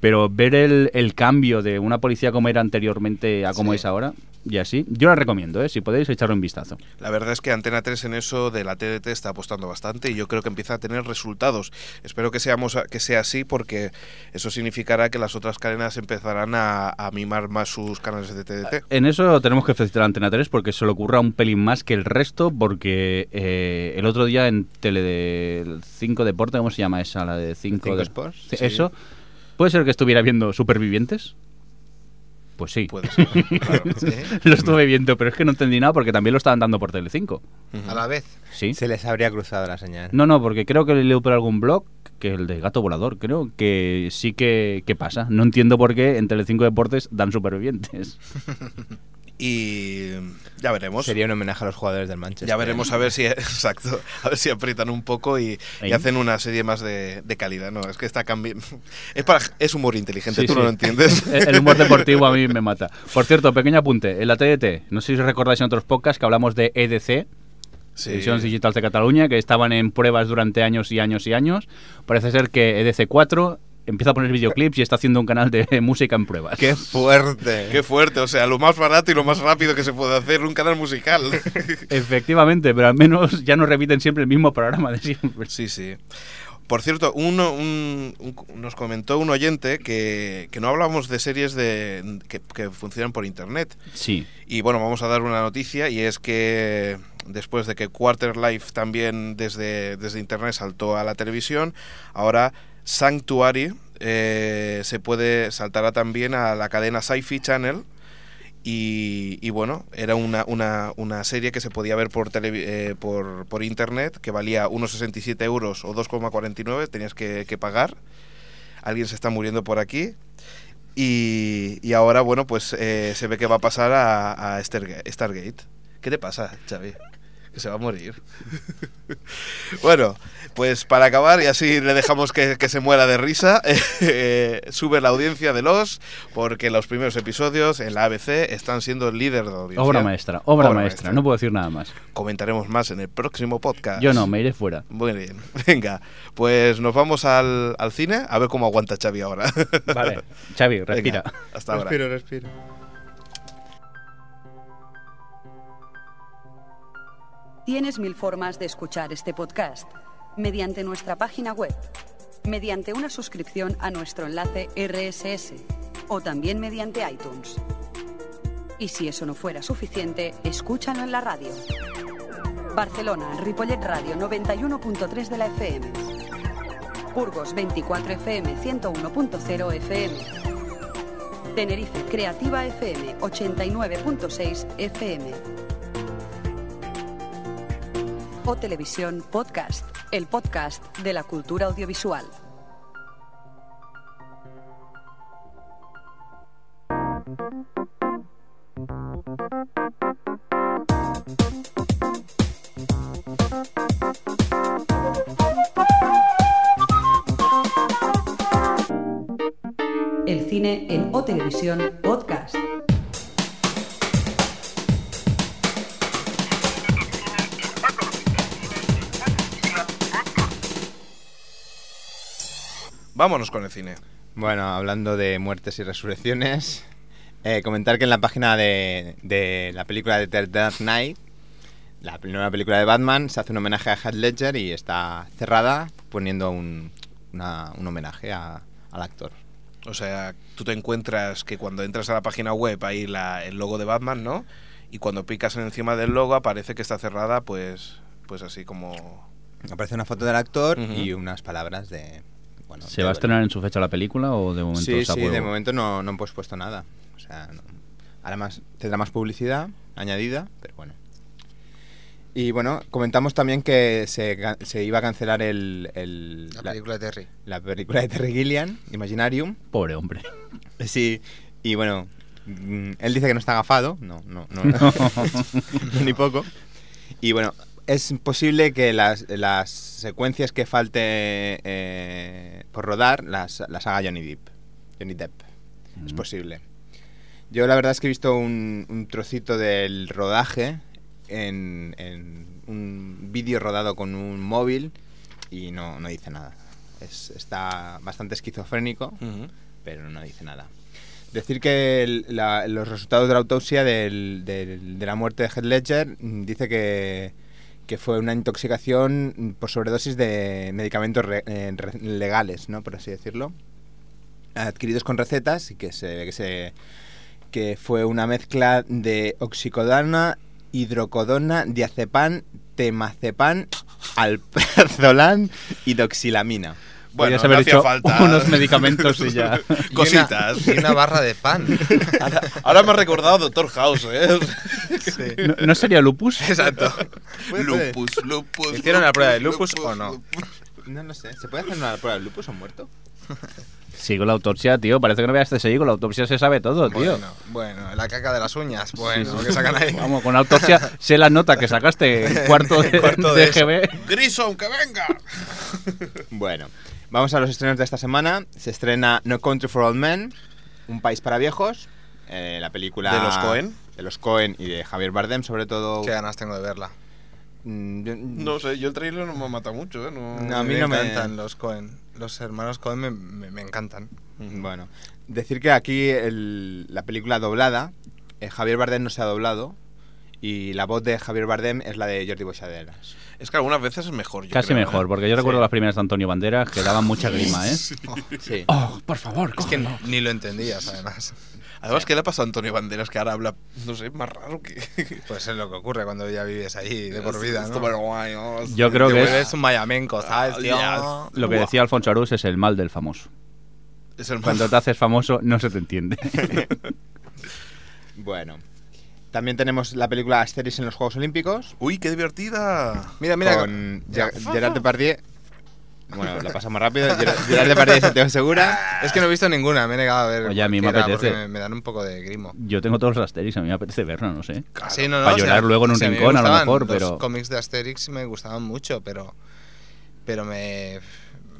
E: pero ver el, el cambio de una policía como era anteriormente a como
D: Sí.
E: es ahora, y así, yo la recomiendo, ¿eh? si podéis echarle un vistazo.
B: La verdad es que Antena 3 en eso de la TDT está apostando bastante y yo creo que empieza a tener resultados. Espero que, seamos, que sea así porque eso significará que las otras cadenas empezarán a, a mimar más sus canales de TDT.
E: En eso tenemos que felicitar a Antena 3 porque se le ocurra un pelín más que el resto, porque eh, el otro día en Tele de 5 Deporte, ¿cómo se llama esa? La de 5
C: ¿Cinco
E: de...
C: Sports?
E: Sí,
C: Sí.
E: Eso. ¿Puede ser que estuviera viendo Supervivientes? Pues sí.
B: Puede ser. claro.
E: lo estuve viendo, pero es que no entendí nada porque también lo estaban dando por Telecinco.
D: A la vez.
E: Sí.
C: Se les habría cruzado la señal.
E: No, no, porque creo que leo por algún blog, que el de Gato Volador, creo, que sí que, que pasa. No entiendo por qué en Telecinco Deportes dan supervivientes.
B: Y ya veremos.
C: Sería un homenaje a los jugadores del Manchester.
B: Ya veremos a ver si exacto, a ver si aprietan un poco y, y
E: Ahí.
B: hacen una serie más de, de calidad. No, es que está cambiando. Es para es humor inteligente,
E: Sí,
B: tú
E: sí.
B: no lo entiendes.
E: El el humor deportivo a mí me mata. Por cierto, pequeño apunte. En la TDT, E no sé si os recordáis en otros podcasts que hablamos de EDC,
B: Sí.
E: Ediciones Digitales de Cataluña, que estaban en pruebas durante años y años y años. Parece ser que E EDC4 empieza a poner videoclips y está haciendo un canal de música en pruebas.
C: ¡Qué fuerte!
B: Qué fuerte, o sea, lo más barato y lo más rápido que se puede hacer un canal musical.
E: Efectivamente, pero al menos ya no repiten siempre el mismo programa de siempre.
B: sí, sí. Por cierto, uno, un- un- nos comentó un oyente que, que no hablábamos de series de, que- que funcionan por internet.
E: Sí.
B: Y bueno, vamos a dar una noticia y es que después de que Quarter Life también desde, desde internet saltó a la televisión, ahora Sanctuary eh, se puede saltará también a la cadena Sci-Fi Channel. Y, y bueno, era una, una, una serie que se podía ver por, televi- eh, por, por internet, que valía 1,67 euros o 2,49, tenías que, que pagar. alguien se está muriendo por aquí. Y, y ahora, bueno, pues eh, se ve que va a pasar a, a Starga- Stargate. ¿Qué te pasa, Xavi? Que se va a morir. bueno, pues para acabar, y así le dejamos que, que se muera de risa, eh, sube la audiencia de los, porque los primeros episodios en la ABC están siendo el líder de audiencia.
E: Obra maestra, obra, maestra. No puedo decir nada más.
B: Comentaremos más en el próximo podcast.
E: Yo no, me iré fuera.
B: Muy bien, venga, pues nos vamos al, al cine a ver cómo aguanta Xavi ahora.
E: Vale, Xavi, respira.
B: Venga, hasta ahora.
C: Respiro, respiro.
A: Tienes mil formas de escuchar este podcast. Mediante nuestra página web, mediante una suscripción a nuestro enlace RSS o también mediante iTunes. Y si eso no fuera suficiente, escúchalo en la radio. Barcelona, Ripollet Radio 91.3 de la FM. Burgos 24 FM 101.0 FM. Tenerife Creativa FM 89.6 FM. o Televisión Podcast, el podcast de la cultura audiovisual. El cine en O Televisión Podcast.
B: Vámonos con el cine.
C: Bueno, hablando de muertes y resurrecciones, eh, comentar que en la página de, de la película de The Dark Knight, la nueva película de Batman, se hace un homenaje a Heath Ledger y está cerrada poniendo un, una- un homenaje a- al actor.
B: O sea, tú te encuentras que cuando entras a la página web hay la, el logo de Batman, ¿no? Y cuando picas encima del logo aparece que está cerrada, pues, pues así como...
C: Aparece una foto del actor
B: Ujú.
C: y unas palabras de... Bueno,
E: ¿Se va a
C: de-
E: estrenar en su fecha la película o de momento
C: Sí,
E: está a
C: sí,
E: huevo?
C: de momento no, no han pospuesto nada. O sea, no- ahora más, tendrá más publicidad añadida, pero bueno. Y bueno, comentamos también que se, ca- se iba a cancelar el, el-
D: La
C: la,
D: película de Terry.
C: la película de Terry Gillian, Imaginarium.
E: Pobre hombre.
C: Sí, y bueno, mm, él dice que no está agafado, no, no, no, ni poco. Y bueno, es posible que las, las secuencias que falte eh, por rodar las, las haga Johnny Depp. Johnny Depp, es
E: Mm.
C: posible. Yo la verdad es que he visto un, un trocito del rodaje en, en un vídeo rodado con un móvil y no, no dice nada. Es- está bastante esquizofrénico pero no dice nada. Decir que el- la- los resultados de la autopsia del- del- de la muerte de Heath Ledger mm, dice que, que fue una intoxicación mm, por sobredosis de medicamentos re- eh, re- legales, ¿no? por así decirlo, adquiridos con recetas y que se ve que se que fue una mezcla de oxicodona, hidrocodona, diazepam, temazepam, alprazolam y doxilamina.
B: Bueno,
E: Podrías haber
B: no hacía
E: hecho
B: falta.
E: unos medicamentos y ya.
B: Cositas.
D: Y una, y una barra de pan.
B: Ahora, ahora me ha recordado Doctor House, ¿eh?
E: ¿No, no sería lupus?
D: Exacto.
B: lupus, lupus.
D: ¿Hicieron la prueba de lupus o no?
C: No, no sé. ¿Se puede hacer una prueba de lupus o muerto?
E: Sí, con la autopsia, tío. Parece que no veas este seguido. Con la autopsia se sabe todo, tío.
D: Bueno, bueno, la caca de las uñas. Bueno,
E: Sí, sí.
D: lo que sacan ahí.
E: Vamos, con la autopsia sé la nota que sacaste. en Cuarto de,
D: Cuarto
E: de
D: de eso.
E: GB.
B: Grison, que venga.
C: Bueno, vamos a los estrenos de esta semana. Se estrena No Country for Old Men, Un País para Viejos, eh, la película...
B: ¿De los Coen?
C: De los Cohen y de Javier Bardem, sobre todo...
D: Qué ganas tengo de verla.
C: Mm, yo-
B: No sé, yo el trailer no me mata mucho, ¿eh? No...
C: No, a mí no me-
D: encantan los Cohen. Los hermanos Cohen me, me- me encantan.
C: Bueno, decir que aquí el- la película doblada, eh, Javier Bardem no se ha doblado y la voz de Javier Bardem es la de Jordi Boixaderas.
B: Es que algunas veces es mejor. yo
E: Casi
B: creo, ¿eh?
E: mejor, porque yo recuerdo las primeras de Antonio Banderas que daban mucha grima, ¿eh?
C: Sí.
E: Oh, por favor,
D: Es que
E: cógelo.
D: ni lo entendías, además.
B: Además, ¿qué le ha pasado a Antonio Banderas que ahora habla, no sé, más raro que.
D: Pues es lo que ocurre cuando ya vives ahí de por vida,
B: Esto,
D: ¿no?
B: pero guay, ¿no?
E: Yo creo
D: Te
E: que
D: vuelves
E: es-
D: un mayamenco, ¿sabes, tío?
B: Ah,
E: Lo que
B: Buah.
E: decía Alfonso Arús es el mal del famoso.
B: Es el
E: Cuando te haces famoso no se te entiende.
C: Bueno, también tenemos la película Asterix en los Juegos Olímpicos
B: Uy, qué divertida.
D: Mira, mira.
C: con Ge- Gerard Depardieu Bueno, la pasamos rápido. Gerard Gerard Depardieu y Santiago Segura.
D: Es que no he visto ninguna, me he negado a ver.
E: Oye, Pues a mí me
D: cualquiera porque
E: apetece.
D: Me, me dan un poco de grimo.
E: Yo tengo todos los Asterix, a mí me apetece verla, Ah, no sé.
D: Sí, no, no,
E: Para
D: o sea,
E: llorar luego en un
D: sí, mí me
E: rincón, a lo
D: gustaban.
E: mejor,
D: Los
E: pero.
D: cómics de Asterix me gustaban mucho, pero. Pero me.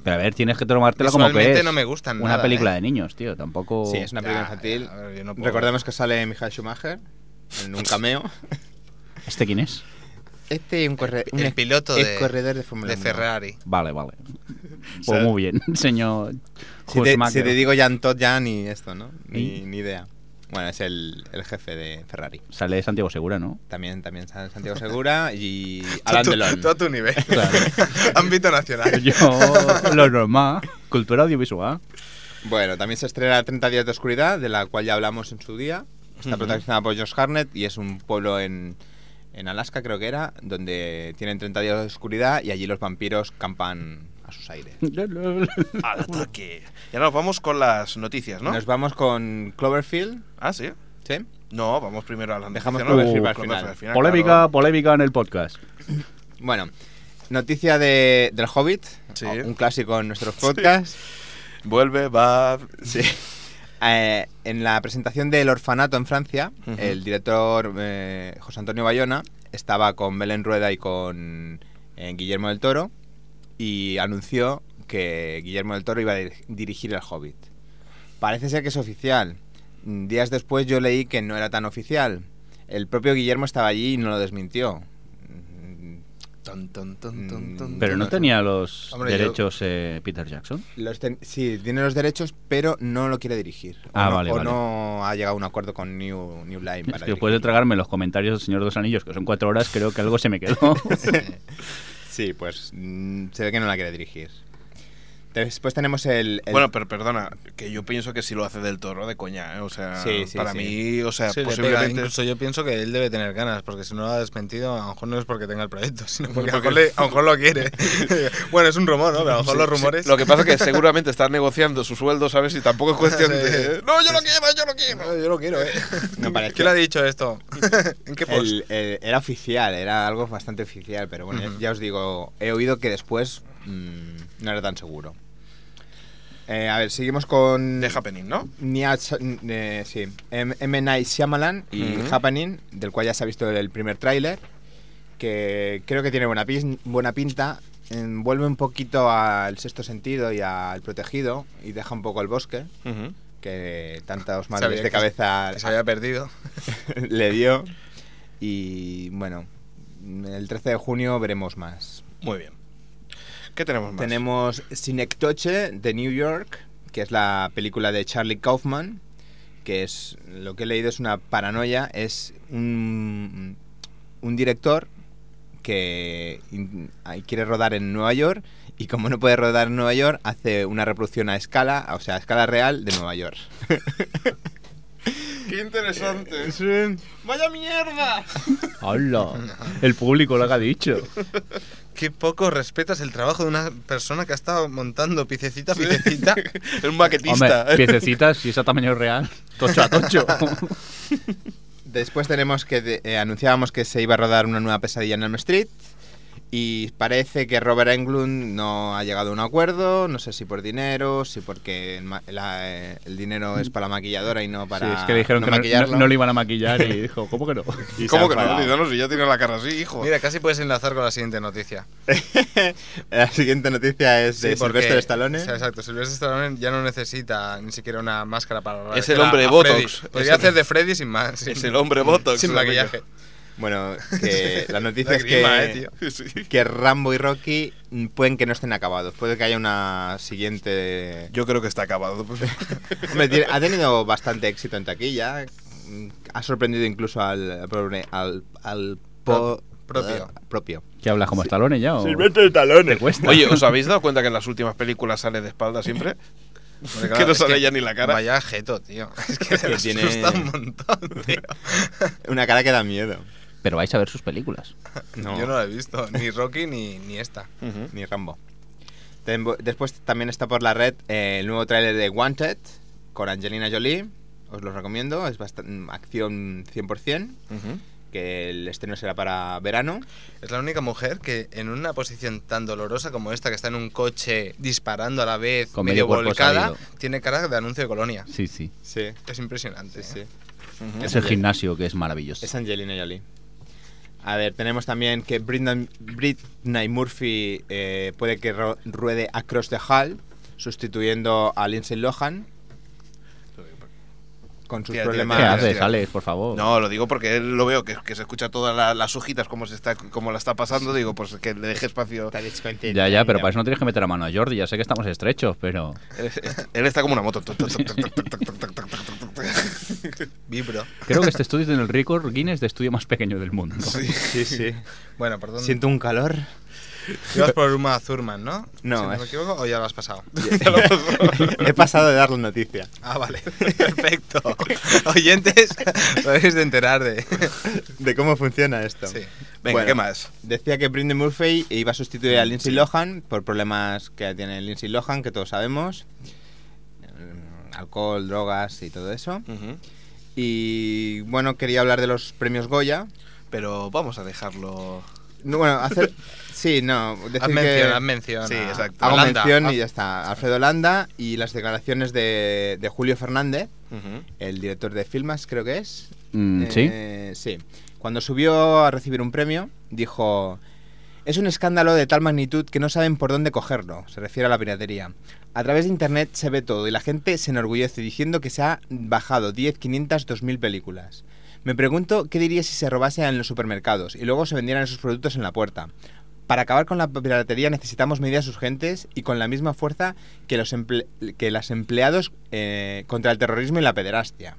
E: Pero a ver, tienes que tomártela como que
D: Visualmente
E: es.
D: no me gustan
E: Una
D: nada,
E: película
D: ¿eh?
E: de niños, tío. Tampoco.
C: Sí, es una película
D: Ya,
C: infantil.
D: ya, ah, a ver, yo no puedo.
C: Recordemos que sale Michael Schumacher en un cameo.
E: ¿Este quién es?
C: Este es un, corre-
D: El
C: un
D: piloto
C: ex
D: de-
C: corredor de Fórmula
D: De
C: 1.
D: Ferrari.
E: Vale, vale. Pues
C: ¿Sabes?
E: muy bien, señor.
C: Si te,
E: Schumacher.
C: si te digo Jan Todd, ya ni esto, ¿no? Ni,
E: ¿Y?
C: ni idea. Bueno, es el, el jefe de Ferrari.
E: Sale Santiago Segura, ¿no?
C: También, también sale Santiago Segura y Alan
D: Todo tu-
C: Delon.
D: Todo tu nivel.
E: Claro.
D: Ámbito nacional.
E: Yo, lo normal. Cultura audiovisual.
C: Bueno, también se estrena 30 días de oscuridad, de la cual ya hablamos en su día. Está protagonizada por Josh Harnett y es un pueblo en, en Alaska, creo que era, donde tienen 30 días de oscuridad y allí los vampiros campan a sus aires.
B: Al ataque. Y ahora nos vamos con las noticias, ¿no?
C: Nos vamos con Cloverfield,
B: Ah, sí.
C: ¿sí?
B: No, vamos primero a las
C: Dejamos
B: noticias, ¿no?
C: Cloverfield
E: Uh,
C: para el final.
E: polémica,
B: claro.
E: polémica en el podcast.
C: Bueno, noticia de, del Hobbit,
B: Sí.
C: un clásico en nuestros podcasts.
B: Vuelve, va.
C: Sí. Eh, en la presentación del orfanato en Francia,
B: Ujú.
C: el director eh, José Antonio Bayona estaba con Belén Rueda y con eh, Guillermo del Toro y anunció que Guillermo del Toro iba a dir- dirigir El Hobbit. Parece ser que es oficial. Mm, Días después yo leí que no era tan oficial. El propio Guillermo estaba allí y no lo desmintió. Mm,
D: Ton, ton, ton,
C: Mm,
D: ton, ton,
E: Pero no
D: ton.
E: tenía los
D: Hombre, yo-
E: derechos eh, Peter Jackson.
C: Los ten- sí, tiene los derechos, pero no lo quiere dirigir. O
E: Ah,
C: no,
E: vale,
C: o
E: vale.
C: no ha llegado a un acuerdo con New, New Line
E: Es
C: para
E: que después de
C: dirigirlo.
E: tragarme los comentarios del Señor de los Anillos, que son cuatro horas, creo que algo se me quedó.
C: Sí, pues mm, se ve que no la quiere dirigir. Después tenemos el... el-
B: Bueno, pero perdona, que yo pienso que si lo hace del toro de coña, ¿eh? O sea,
C: Sí, sí,
B: para
C: sí.
B: mí, o sea,
D: Sí, le pega.
B: posiblemente.
D: Incluso yo pienso que él debe tener ganas, porque si no lo ha desmentido, a lo mejor no es porque tenga el proyecto, sino porque, a, lo mejor le- a lo mejor lo quiere. bueno, es un rumor, ¿no? Pero a lo mejor los
B: Sí, sí.
D: rumores.
B: Lo que pasa es que seguramente están negociando su sueldo, ¿sabes? Y tampoco es cuestión
D: Sí.
B: de. No, yo lo quiero, yo lo quiero.
D: No, yo lo quiero, ¿eh?
C: No parece.
D: ¿Quién le ha dicho esto? ¿En qué post?
C: el- el- era oficial, era algo bastante oficial, pero bueno,
D: Ujú.
C: ya os digo, he oído que después mm, no era tan seguro. Eh, a ver, seguimos con...
B: De Happening, ¿no?
C: Nia- eh, sí, M. M. Night Shyamalan y
B: Ujú.
C: Happening, del cual ya se ha visto el primer tráiler, que creo que tiene buena, pin- buena pinta, envuelve un poquito al sexto sentido y al protegido y deja un poco el bosque,
B: Ujú.
C: que tantos
D: Sabía
C: males de
D: que-
C: cabeza
D: Que se había perdido.
C: le dio. Y bueno, el 13 de junio veremos más.
B: Muy bien. ¿Qué tenemos más?
C: Tenemos Sinectoche de New York, que es la película de Charlie Kaufman, que es lo que he leído es una paranoia, es un, un director que in- ahí quiere rodar en Nueva York y como no puede rodar en Nueva York hace una reproducción a escala, o sea, a escala real de Nueva York.
B: Qué interesante.
C: Eh,
B: ¡Vaya mierda!
E: ¡Hola! El público lo que ha dicho.
D: Qué poco respetas el trabajo de una persona que ha estado montando piececita a piececita. Pues
B: Un maquetista.
E: Hombre, piececitas, si es a tamaño real, tocho a tocho.
C: Después tenemos que de- eh, anunciábamos que se iba a rodar una nueva pesadilla en Elm Street y parece que Robert Englund no ha llegado a un acuerdo, no sé si por dinero, si porque el, ma- la, eh, el dinero es para la maquilladora y no para
E: Sí, es que dijeron
C: no
E: que no- no,
C: maquillarlo.
E: no lo iban a maquillar y dijo, ¿cómo que no?
C: Y se ha
B: ¿Cómo que no?
C: enfadado.
B: Digo, no, si ya tiene la cara así, hijo.
D: Mira, casi puedes enlazar con la siguiente noticia.
C: La siguiente noticia es de
D: Sí, porque-
C: Sylvester Stallone.
D: o sea, exacto, Silvestre Stallone ya no necesita ni siquiera una máscara para
B: Es el
D: a-
B: hombre
D: a
B: Botox.
D: Freddy.
B: Es
D: Podría
B: el-
D: hacer de Freddy sin más. Sin,
B: Es el hombre botox.
D: sin
B: la
D: maquillaje.
C: Bueno, que la noticia
D: Da
C: es
D: grima,
C: que,
D: eh, tío.
B: coña. Sí.
C: que Rambo y Rocky mm, pueden que no estén acabados, puede que haya una siguiente
B: Yo creo que está acabado. pues.
C: Hombre, tiene- ha tenido bastante éxito en taquilla. mm, Ha sorprendido incluso al, al pobre- al, al po-
D: Pro- propio.
C: eh, propio.
E: ¿Qué hablas como Stallone ya? o-
C: talones.
E: ¿Te cuesta?
B: Oye, ¿os habéis dado cuenta que en las últimas películas sale de espalda siempre?
D: Porque,
B: Que no
D: es
B: sale ya ni la cara.
D: Vaya jeto, tío. Es que
C: que
D: le
C: tiene-
D: asusta un montón, tío.
C: Una cara que da miedo.
E: Pero vais a ver sus películas.
C: No,
D: Yo no la he visto, ni Rocky ni, ni esta.
C: ni Rambo. Tembo- Después también está por la red eh, el nuevo tráiler de Wanted con Angelina Jolie. Os lo recomiendo, es bastante acción 100%.
B: Ujú.
C: que el estreno será para verano.
D: Es la única mujer que en una posición tan dolorosa como esta, que está en un coche disparando a la vez,
E: Con medio
D: medio
E: cuerpo
D: volcada,
E: salido.
D: tiene cara de anuncio de colonia.
E: Sí, sí.
C: Sí,
D: Es impresionante. ¿eh?
C: Ujú.
E: Es el gimnasio que es maravilloso.
C: Es Angelina Jolie. A ver, tenemos también que Britney, Britney Murphy eh, puede que ro- ruede Across the Hall, sustituyendo a Lindsay Lohan. Con sus
B: Tía, tía,
C: problemas.
E: ¿Qué
B: Madre
E: haces,
B: mía.
E: Alex, por favor?
B: No, lo digo porque él lo veo, que, que se escucha todas la- las hojitas como, se está, como la está pasando. Digo, pues que le deje espacio.
E: Ya, ya, pero para eso no tienes que meter la mano a Jordi. Ya sé que estamos estrechos, pero.
B: Él, él está como una moto.
D: Vibro.
E: Creo que este estudio tiene el récord Guinness de estudio más pequeño del mundo.
C: Sí, sí.
D: Bueno, perdón.
C: Siento un calor.
D: Ibas por Uma Thurman, ¿no?
C: No,
D: Si no
C: es-
D: me equivoco, o ya lo has pasado.
C: He pasado de dar la noticia.
D: Ah, vale. Perfecto. Oyentes, lo debéis de enterar de.
C: De cómo funciona esto.
D: Sí.
B: Venga,
C: Bueno.
B: ¿qué más?
C: Decía que Britney Murphy iba a sustituir a Lindsay Lohan por problemas que tiene Lindsay Lohan, que todos sabemos. Mm, Alcohol, drogas y todo eso. Y bueno, quería hablar de los premios Goya.
B: Pero vamos a dejarlo.
C: No, bueno, hacer. Sí, no. Decir
D: Haz mención,
C: que
D: haz mención.
B: Sí,
D: a-
B: exacto.
D: a
C: hago
D: Holanda.
C: mención
D: Haz-
C: y ya está. Alfredo Landa y las declaraciones de, de Julio Fernández, el director de Filmas, creo que es.
E: Mm, sí.
C: Eh, sí. Cuando subió a recibir un premio, dijo. Es un escándalo de tal magnitud que no saben por dónde cogerlo, se refiere a la piratería. A través de internet se ve todo y la gente se enorgullece diciendo que se ha bajado 10, 500, 2000 películas. Me pregunto qué diría si se robasen en los supermercados y luego se vendieran esos productos en la puerta. Para acabar con la piratería necesitamos medidas urgentes y con la misma fuerza que los emple- que las empleados eh, contra el terrorismo y la pederastia.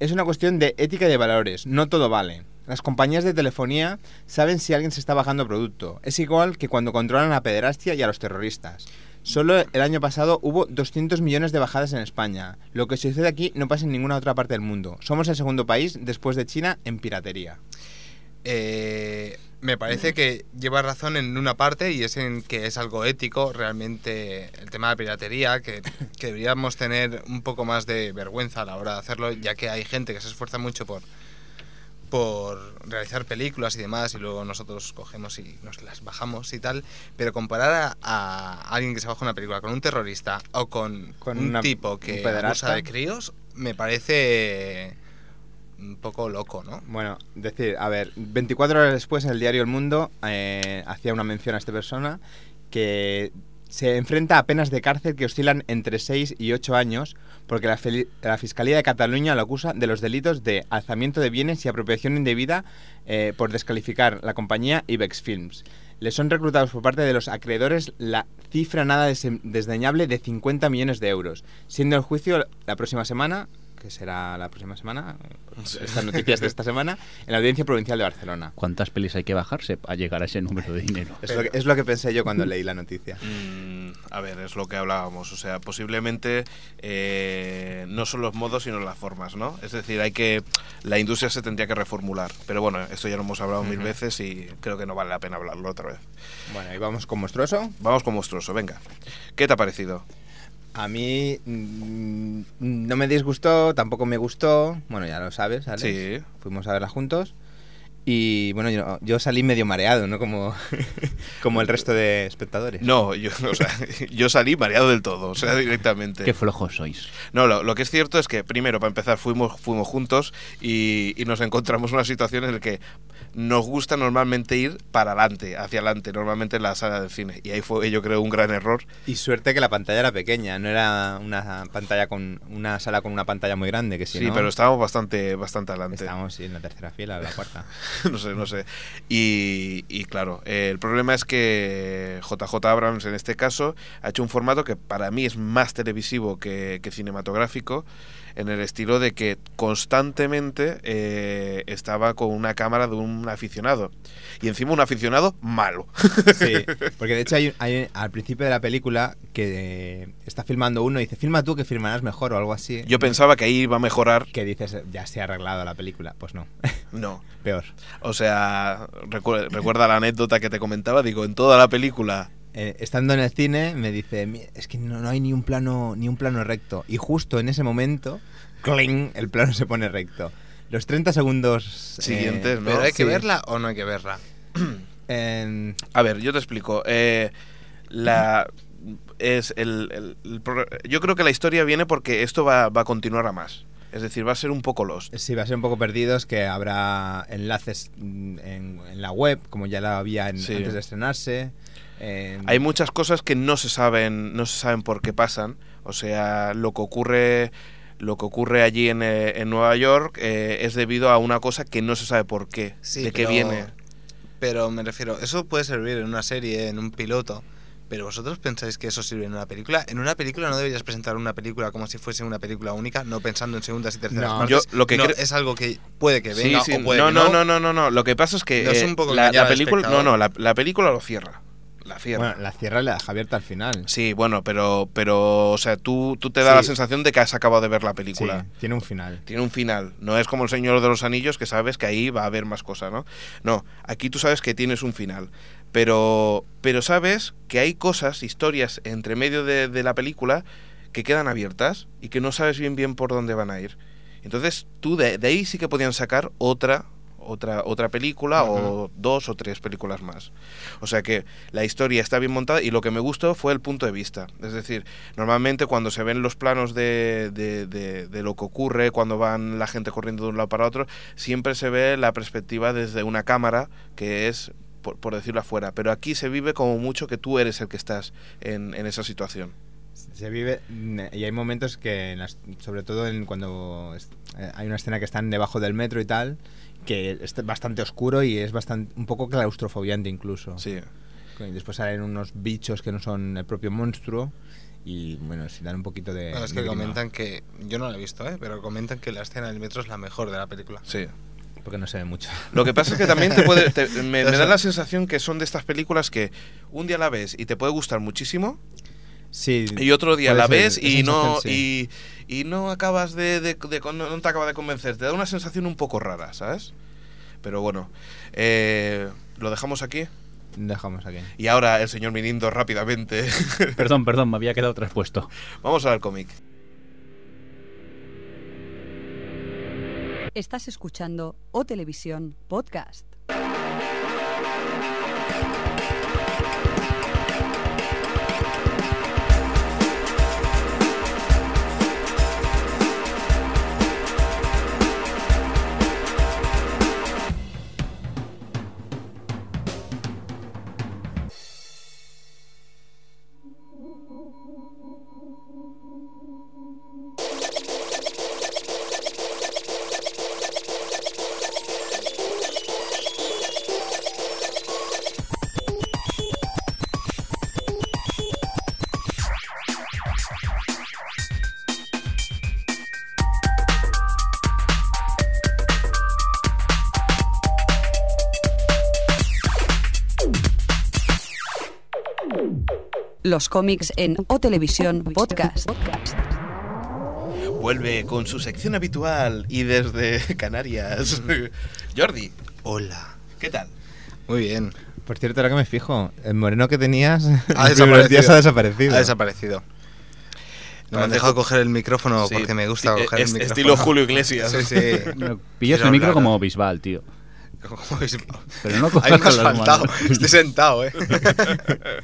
C: Es una cuestión de ética y de valores, no todo vale. Las compañías de telefonía saben si alguien se está bajando producto. Es igual que cuando controlan a la pederastia y a los terroristas. Solo el año pasado hubo 200 millones de bajadas en España. Lo que sucede aquí no pasa en ninguna otra parte del mundo. Somos el segundo país, después de China, en piratería.
D: Eh, me parece que lleva razón en una parte y es en que es algo ético realmente el tema de la piratería, que, que deberíamos tener un poco más de vergüenza a la hora de hacerlo, ya que hay gente que se esfuerza mucho por por realizar películas y demás y luego nosotros cogemos y nos las bajamos y tal, pero comparar a, a alguien que se baja una película con un terrorista o con,
C: Con
D: un
C: una-
D: tipo
C: un
D: que
C: pederasta.
D: abusa de críos me parece un poco loco, ¿no?
C: Bueno, decir, a ver, 24 horas después en el diario El Mundo eh, hacía una mención a esta persona que se enfrenta a penas de cárcel que oscilan entre 6 y 8 años porque la, feli- la Fiscalía de Cataluña lo acusa de los delitos de alzamiento de bienes y apropiación indebida eh, por descalificar la compañía Ibex Films. Le son reclutados por parte de los acreedores la cifra nada desem- desdeñable de 50 millones de euros, siendo el juicio la próxima semana, que será la próxima semana, eh, estas noticias de esta semana en la Audiencia Provincial de Barcelona.
E: ¿Cuántas pelis hay que bajarse para llegar a ese número de dinero?
C: Es lo, que, es lo que pensé yo cuando leí la noticia.
B: Mm, a ver, es lo que hablábamos. O sea, posiblemente eh, no son los modos, sino las formas, ¿no? Es decir, hay que. La industria se tendría que reformular. Pero bueno, esto ya lo hemos hablado mil veces y creo que no vale la pena hablarlo otra vez.
C: Bueno, y vamos con Monstruoso.
B: Vamos con Monstruoso, venga. ¿Qué te ha parecido?
C: A mí mm, no me disgustó, tampoco me gustó. Bueno, ya lo sabes, Alex.
B: Sí.
C: Fuimos a verla juntos. Y bueno, yo, yo salí medio mareado, ¿no? Como, como el resto de espectadores.
B: No, yo, o sea, yo salí mareado del todo, o sea, directamente.
E: Qué flojos sois.
B: No, lo, lo que es cierto es que, primero, para empezar, fuimos, fuimos juntos y, y nos encontramos una situación en la que nos gusta normalmente ir para adelante, hacia adelante, normalmente en la sala del cine. Y ahí fue, yo creo, un gran error.
C: Y suerte que la pantalla era pequeña, no era una pantalla con una sala con una pantalla muy grande, que si
B: Sí,
C: no,
B: pero estábamos bastante, bastante adelante.
C: estábamos sí, en la tercera fila, o la cuarta.
B: no sé, no sé. Y, y claro, eh, el problema es que JJ Abrams en este caso ha hecho un formato que para mí es más televisivo que, que cinematográfico, en el estilo de que constantemente eh, estaba con una cámara de un aficionado. Y encima un aficionado malo.
C: Sí, porque de hecho hay, hay- al principio de la película que eh, está filmando uno y dice, filma tú que filmarás mejor o algo así.
B: Yo pensaba que ahí iba a mejorar.
C: Que dices, ya se ha arreglado la película. Pues no,
B: No.
C: peor.
B: O sea, recu- recuerda la anécdota que te comentaba, digo, en toda la película
C: Eh, estando en el cine me dice, "Mi- es que no, no hay ni un, plano, ni un plano recto. Y justo en ese momento, cling, el plano se pone recto. los 30 segundos eh,
B: Siguientes, ¿no?
D: ¿Pero hay
C: sí.
D: que verla o no hay que verla?
C: en-
B: A ver, yo te explico. Eh, la es el, el- el pro- yo creo que la historia viene porque esto va, va a continuar a más. Es decir, va a ser un poco los.
C: Sí, va a ser un poco perdidos, que habrá enlaces mm, en, en la web, como ya la había en-
B: Sí.
C: antes de estrenarse. en-
B: Hay muchas cosas que no se saben, no se saben por qué pasan. O sea, lo que ocurre, lo que ocurre allí en, eh, en Nueva York eh, es debido a una cosa que no se sabe por qué, de qué
D: pero-
B: viene.
D: Pero me refiero, eso puede servir en una serie, en un piloto. Pero vosotros pensáis que eso sirve en una película. En una película no deberías presentar una película como si fuese una película única, no pensando en segundas y terceras
C: No.
D: partes.
B: Yo lo que
D: No,
B: creo-
D: es algo que puede que venga
B: Sí, sí,
D: o puede
B: no,
D: que
B: no, no, no, no, no. Lo que pasa es que
D: No es
B: eh,
D: un poco
B: la,
D: engañar
B: la
D: al
B: película, no,
D: espectador.
B: no, la, la película lo cierra, la cierra.
C: Bueno, la cierra y la deja abierta al final.
B: Sí, bueno, pero, pero o sea, tú, tú te da
C: Sí.
B: la sensación de que has acabado de ver la película.
C: Sí, tiene un final.
B: Tiene un final. No es como el Señor de los Anillos, que sabes que ahí va a haber más cosas, ¿no? No, aquí tú sabes que tienes un final. Pero, pero sabes que hay cosas, historias entre medio de, de la película que quedan abiertas y que no sabes bien bien por dónde van a ir. Entonces, tú de, de ahí sí que podían sacar otra, otra, otra película o dos o tres películas más. O sea que la historia está bien montada y lo que me gustó fue el punto de vista. Es decir, normalmente cuando se ven los planos de, de- de- de lo que ocurre, cuando van la gente corriendo de un lado para otro, siempre se ve la perspectiva desde una cámara que es, por, por decirlo afuera. Pero aquí se vive como mucho que tú eres el que estás en, en esa situación.
C: Se vive mm, y hay momentos que, en las- sobre todo en cuando es- eh, hay una escena que están debajo del metro y tal, que es bastante oscuro y es bastante un poco claustrofobiante incluso.
B: Sí.
C: Y después salen unos bichos que no son el propio monstruo y bueno, si dan un poquito de...
D: Bueno, es que
C: de grima,
D: comentan que. Yo no la he visto, ¿eh? pero comentan que la escena del metro es la mejor de la película.
B: Sí.
C: Porque no se ve mucho.
B: Lo que pasa es que también te puede, te- me, me da la sensación que son de estas películas que un día la ves y te puede gustar muchísimo
C: Sí.
B: y otro día
C: puede
B: la
C: ser,
B: ves
C: esa
B: y no,
C: sensación, sí.
B: y, y no acabas de, de- de- no, no te acaba de convencer. Te da una sensación un poco rara, ¿sabes? Pero bueno, eh, lo dejamos aquí.
C: Dejamos aquí.
B: Y ahora el señor Mirindo rápidamente.
E: Perdón, perdón, me había quedado traspuesto.
B: Vamos al cómic.
A: Estás escuchando O Televisión Podcast. Los cómics en O Televisión Podcast.
B: Vuelve con su sección habitual y desde Canarias. Jordi,
D: Hola.
B: ¿qué tal?
D: Muy bien.
C: Por cierto, ahora que me fijo, el moreno que tenías
D: Ha
C: los primeros días
D: desaparecido.
C: ha desaparecido.
D: Ha desaparecido. No me han
B: Parece-
D: dejado coger el micrófono
B: Sí,
D: porque me gusta
B: esti-
D: coger
B: es-
D: el micrófono.
B: Estilo Julio Iglesias.
D: Sí, sí.
E: Me Pillas
D: Quiero
E: el micro
D: hablar.
E: como Bisbal, tío.
D: Como veis,
E: Pero no cojas
D: Ahí me has
E: con las
D: faltado.
E: manos.
D: Estoy sentado, ¿eh?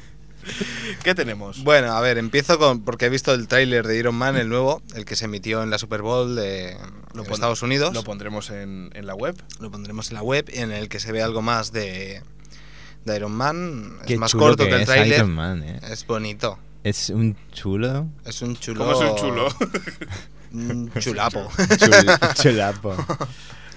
B: ¿Qué tenemos?
D: Bueno, a ver, empiezo con porque he visto el tráiler de Iron Man, el nuevo, el que se emitió en la Super Bowl de en
B: pon-
D: Estados Unidos.
B: Lo pondremos en, en la web.
D: Lo pondremos en la web en el que se ve algo más de, de Iron Man.
C: Qué
D: es más
C: chulo
D: corto que, el
C: es
D: tráiler.
C: Iron Man, ¿eh?
D: Es bonito.
C: Es un chulo.
D: Es un chulo.
B: ¿Cómo es un chulo?
D: Un chulapo.
C: Chul- chulapo.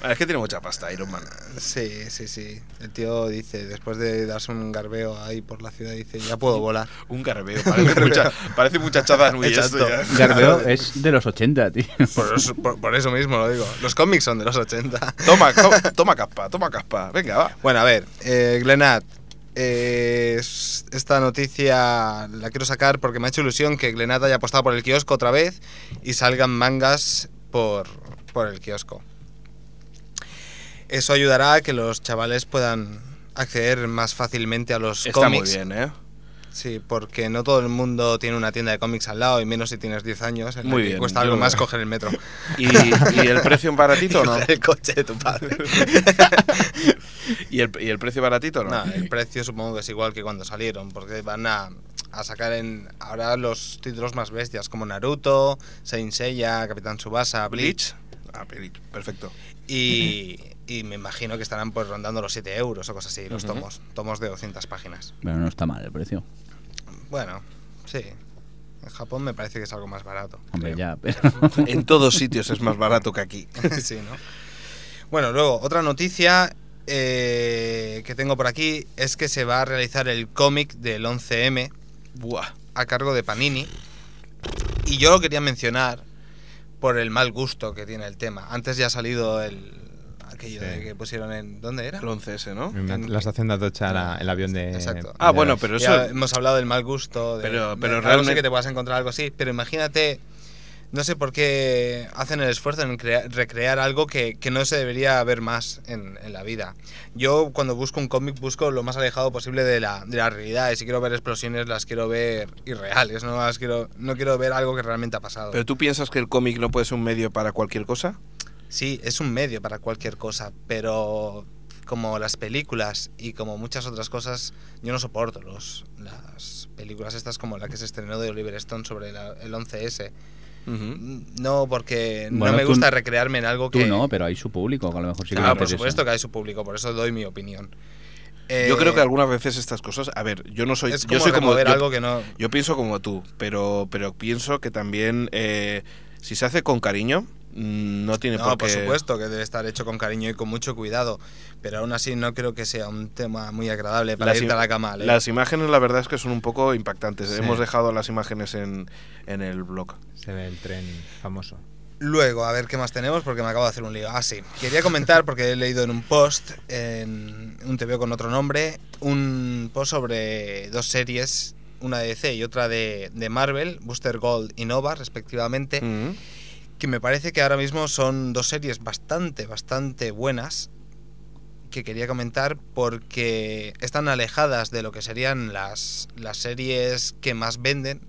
B: es que tiene mucha pasta, Iron Man.
D: sí, sí, sí. El tío dice, después de darse un garbeo ahí por la ciudad, dice, ya puedo volar.
B: Un garbeo. Parece, mucha, parece muchachada muy
D: Exacto.
B: esto ya.
E: Garbeo es de los 80, tío.
D: Por eso, por- por eso mismo lo digo. Los cómics son de los 80.
B: Toma, to- toma caspa, toma caspa. Venga, va.
D: Bueno, a ver, eh, Glenat, eh, es- esta noticia la quiero sacar porque me ha hecho ilusión que Glenat haya apostado por el kiosco otra vez y salgan mangas por, por el kiosco. Eso ayudará a que los chavales puedan acceder más fácilmente a los
B: Está
D: cómics.
B: muy bien, ¿eh?
D: Sí, porque no todo el mundo tiene una tienda de cómics al lado y menos si tienes 10 años. en la
B: Muy
D: que
B: bien,
D: Cuesta algo
B: yo-
D: más coger el metro.
B: ¿Y, y el precio en baratito o no?
D: el coche de tu padre.
B: ¿Y el, y el precio baratito o no?
D: No, el precio supongo que es igual que cuando salieron, porque van a, a sacar en ahora los títulos más bestias como Naruto, Saint Seiya, Capitán Subasa,
B: Bleach.
D: Bleach,
B: Ah, Bleach, perfecto.
D: y, y me imagino que estarán pues rondando los 7 euros o cosas así, los
B: Ujú.
D: tomos, tomos de 200 páginas.
E: Pero no está mal el precio.
D: Bueno, sí, en Japón me parece que es algo más barato.
E: Hombre,
D: creo.
E: ya, pero.
B: En todos sitios es más barato que aquí.
D: sí, ¿no? Bueno, luego, otra noticia eh, que tengo por aquí es que se va a realizar el cómic del 11M
B: Buah.
D: a cargo de Panini. Y yo lo quería mencionar por el mal gusto que tiene el tema. Antes ya ha salido el aquello
C: Sí.
D: de que pusieron en ¿dónde era?
B: El 11S, ¿no?
C: La estación de Atocha, la- el avión de.
D: Exacto.
B: Ah,
C: de-
B: bueno, pero eso.
D: Ya hemos hablado del mal gusto. de-
B: Pero-
D: de-
B: pero
D: algo
B: realmente-
D: sí que te puedas encontrar algo así. Pero imagínate, no sé por qué hacen el esfuerzo en crea- recrear algo que, que no se debería ver más en, en la vida. Yo cuando busco un cómic busco lo más alejado posible de la, de la realidad. Y si quiero ver explosiones las quiero ver irreales. No las quiero, no quiero ver algo que realmente ha pasado.
B: ¿Pero tú piensas que el cómic no puede ser un medio para cualquier cosa?
D: Sí, es un medio para cualquier cosa, pero como las películas y como muchas otras cosas, yo no soporto los, las películas estas como la que se estrenó de Oliver Stone sobre la- el 11S.
B: Ujú.
D: No, porque
E: Bueno,
D: no me
E: tú-
D: gusta recrearme en algo
E: Tú
D: que...
E: no, pero hay su público, que a lo mejor sí que
D: Claro,
E: le
D: por
E: interesa.
D: supuesto que hay su público, por eso doy mi opinión. Eh,
B: Yo creo que algunas veces estas cosas. A ver, yo no soy.
D: es
B: yo
D: como
B: soy como.
D: remover
B: yo-
D: algo que no...
B: Yo pienso como tú, pero, pero pienso que también eh, si se hace con cariño, mm, no tiene
D: No, por
B: qué-
D: supuesto que debe estar hecho con cariño y con mucho cuidado, pero aún así no creo que sea un tema muy agradable para
B: Las
D: irte
B: im-
D: a la cama. a leer.
B: Las imágenes, la verdad es que son un poco impactantes.
C: Sí.
B: Hemos dejado las imágenes en, en el blog.
C: Se ve el tren famoso.
D: Luego, a ver qué más tenemos porque me acabo de hacer un lío. Ah, sí. Quería comentar porque he leído en un post, en un TV con otro nombre, un post sobre dos series, una de DC y otra de, de Marvel, Booster Gold y Nova, respectivamente,
B: Mm.
D: que me parece que ahora mismo son dos series bastante, bastante buenas que quería comentar porque están alejadas de lo que serían las, las series que más venden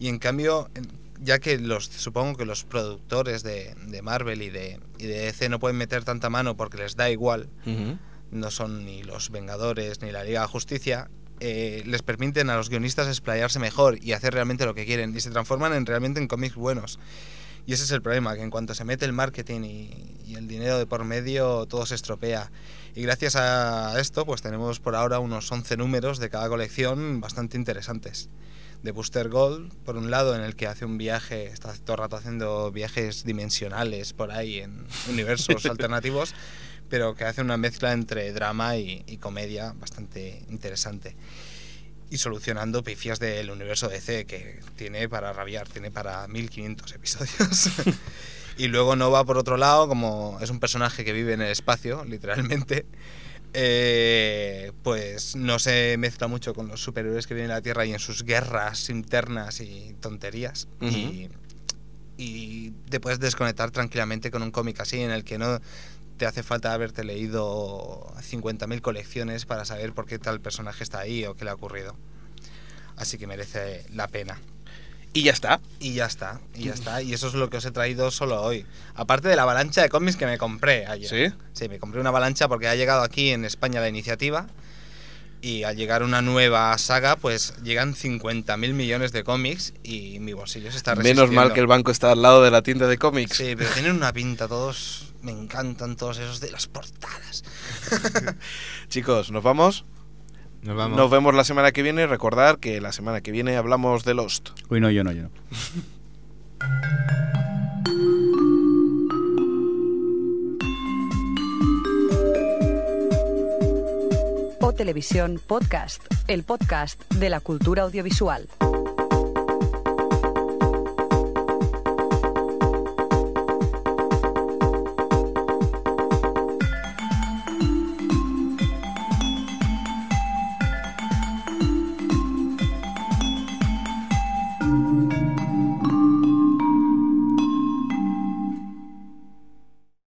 D: y en cambio, en- ya que los supongo que los productores de, de Marvel y de, y de DC no pueden meter tanta mano porque les da igual,
B: Ujú.
D: no son ni los Vengadores ni la Liga de la Justicia, eh, les permiten a los guionistas explayarse mejor y hacer realmente lo que quieren y se transforman en realmente en cómics buenos. Y ese es el problema, que en cuanto se mete el marketing y, y el dinero de por medio, todo se estropea. Y gracias a esto, pues tenemos por ahora unos 11 números de cada colección bastante interesantes. De Booster Gold, por un lado, en el que hace un viaje, está todo el rato haciendo viajes dimensionales por ahí en universos alternativos, pero que hace una mezcla entre drama y, y comedia bastante interesante. Y solucionando pifias del universo DC, que tiene para rabiar, tiene para 1500 episodios. y luego Nova, por otro lado, como es un personaje que vive en el espacio, literalmente, eh, pues no se mezcla mucho con los superhéroes que viven en la Tierra y en sus guerras internas y tonterías.
B: Ujú.
D: y, y te puedes desconectar tranquilamente con un cómic así, en el que no te hace falta haberte leído 50.000 colecciones para saber por qué tal personaje está ahí o qué le ha ocurrido. Así que merece la pena.
B: Y ya está.
D: Y ya está, y ya está. Y eso es lo que os he traído solo hoy. Aparte de la avalancha de cómics que me compré ayer.
B: ¿Sí?
D: Sí, me compré una avalancha porque ha llegado aquí en España la iniciativa. Y al llegar una nueva saga, pues llegan 50.000 millones de cómics y mi bolsillo se está resistiendo.
B: Menos mal que el banco está al lado de la tienda de cómics.
D: Sí, pero tienen una pinta todos. Me encantan todos esos de las portadas.
B: Chicos, ¿nos vamos?
C: Nos vamos.
B: Nos vemos la semana que viene. Recordar que la semana que viene hablamos de Lost.
E: Uy, no, yo no, yo no.
A: O Televisión Podcast, el podcast de la cultura audiovisual.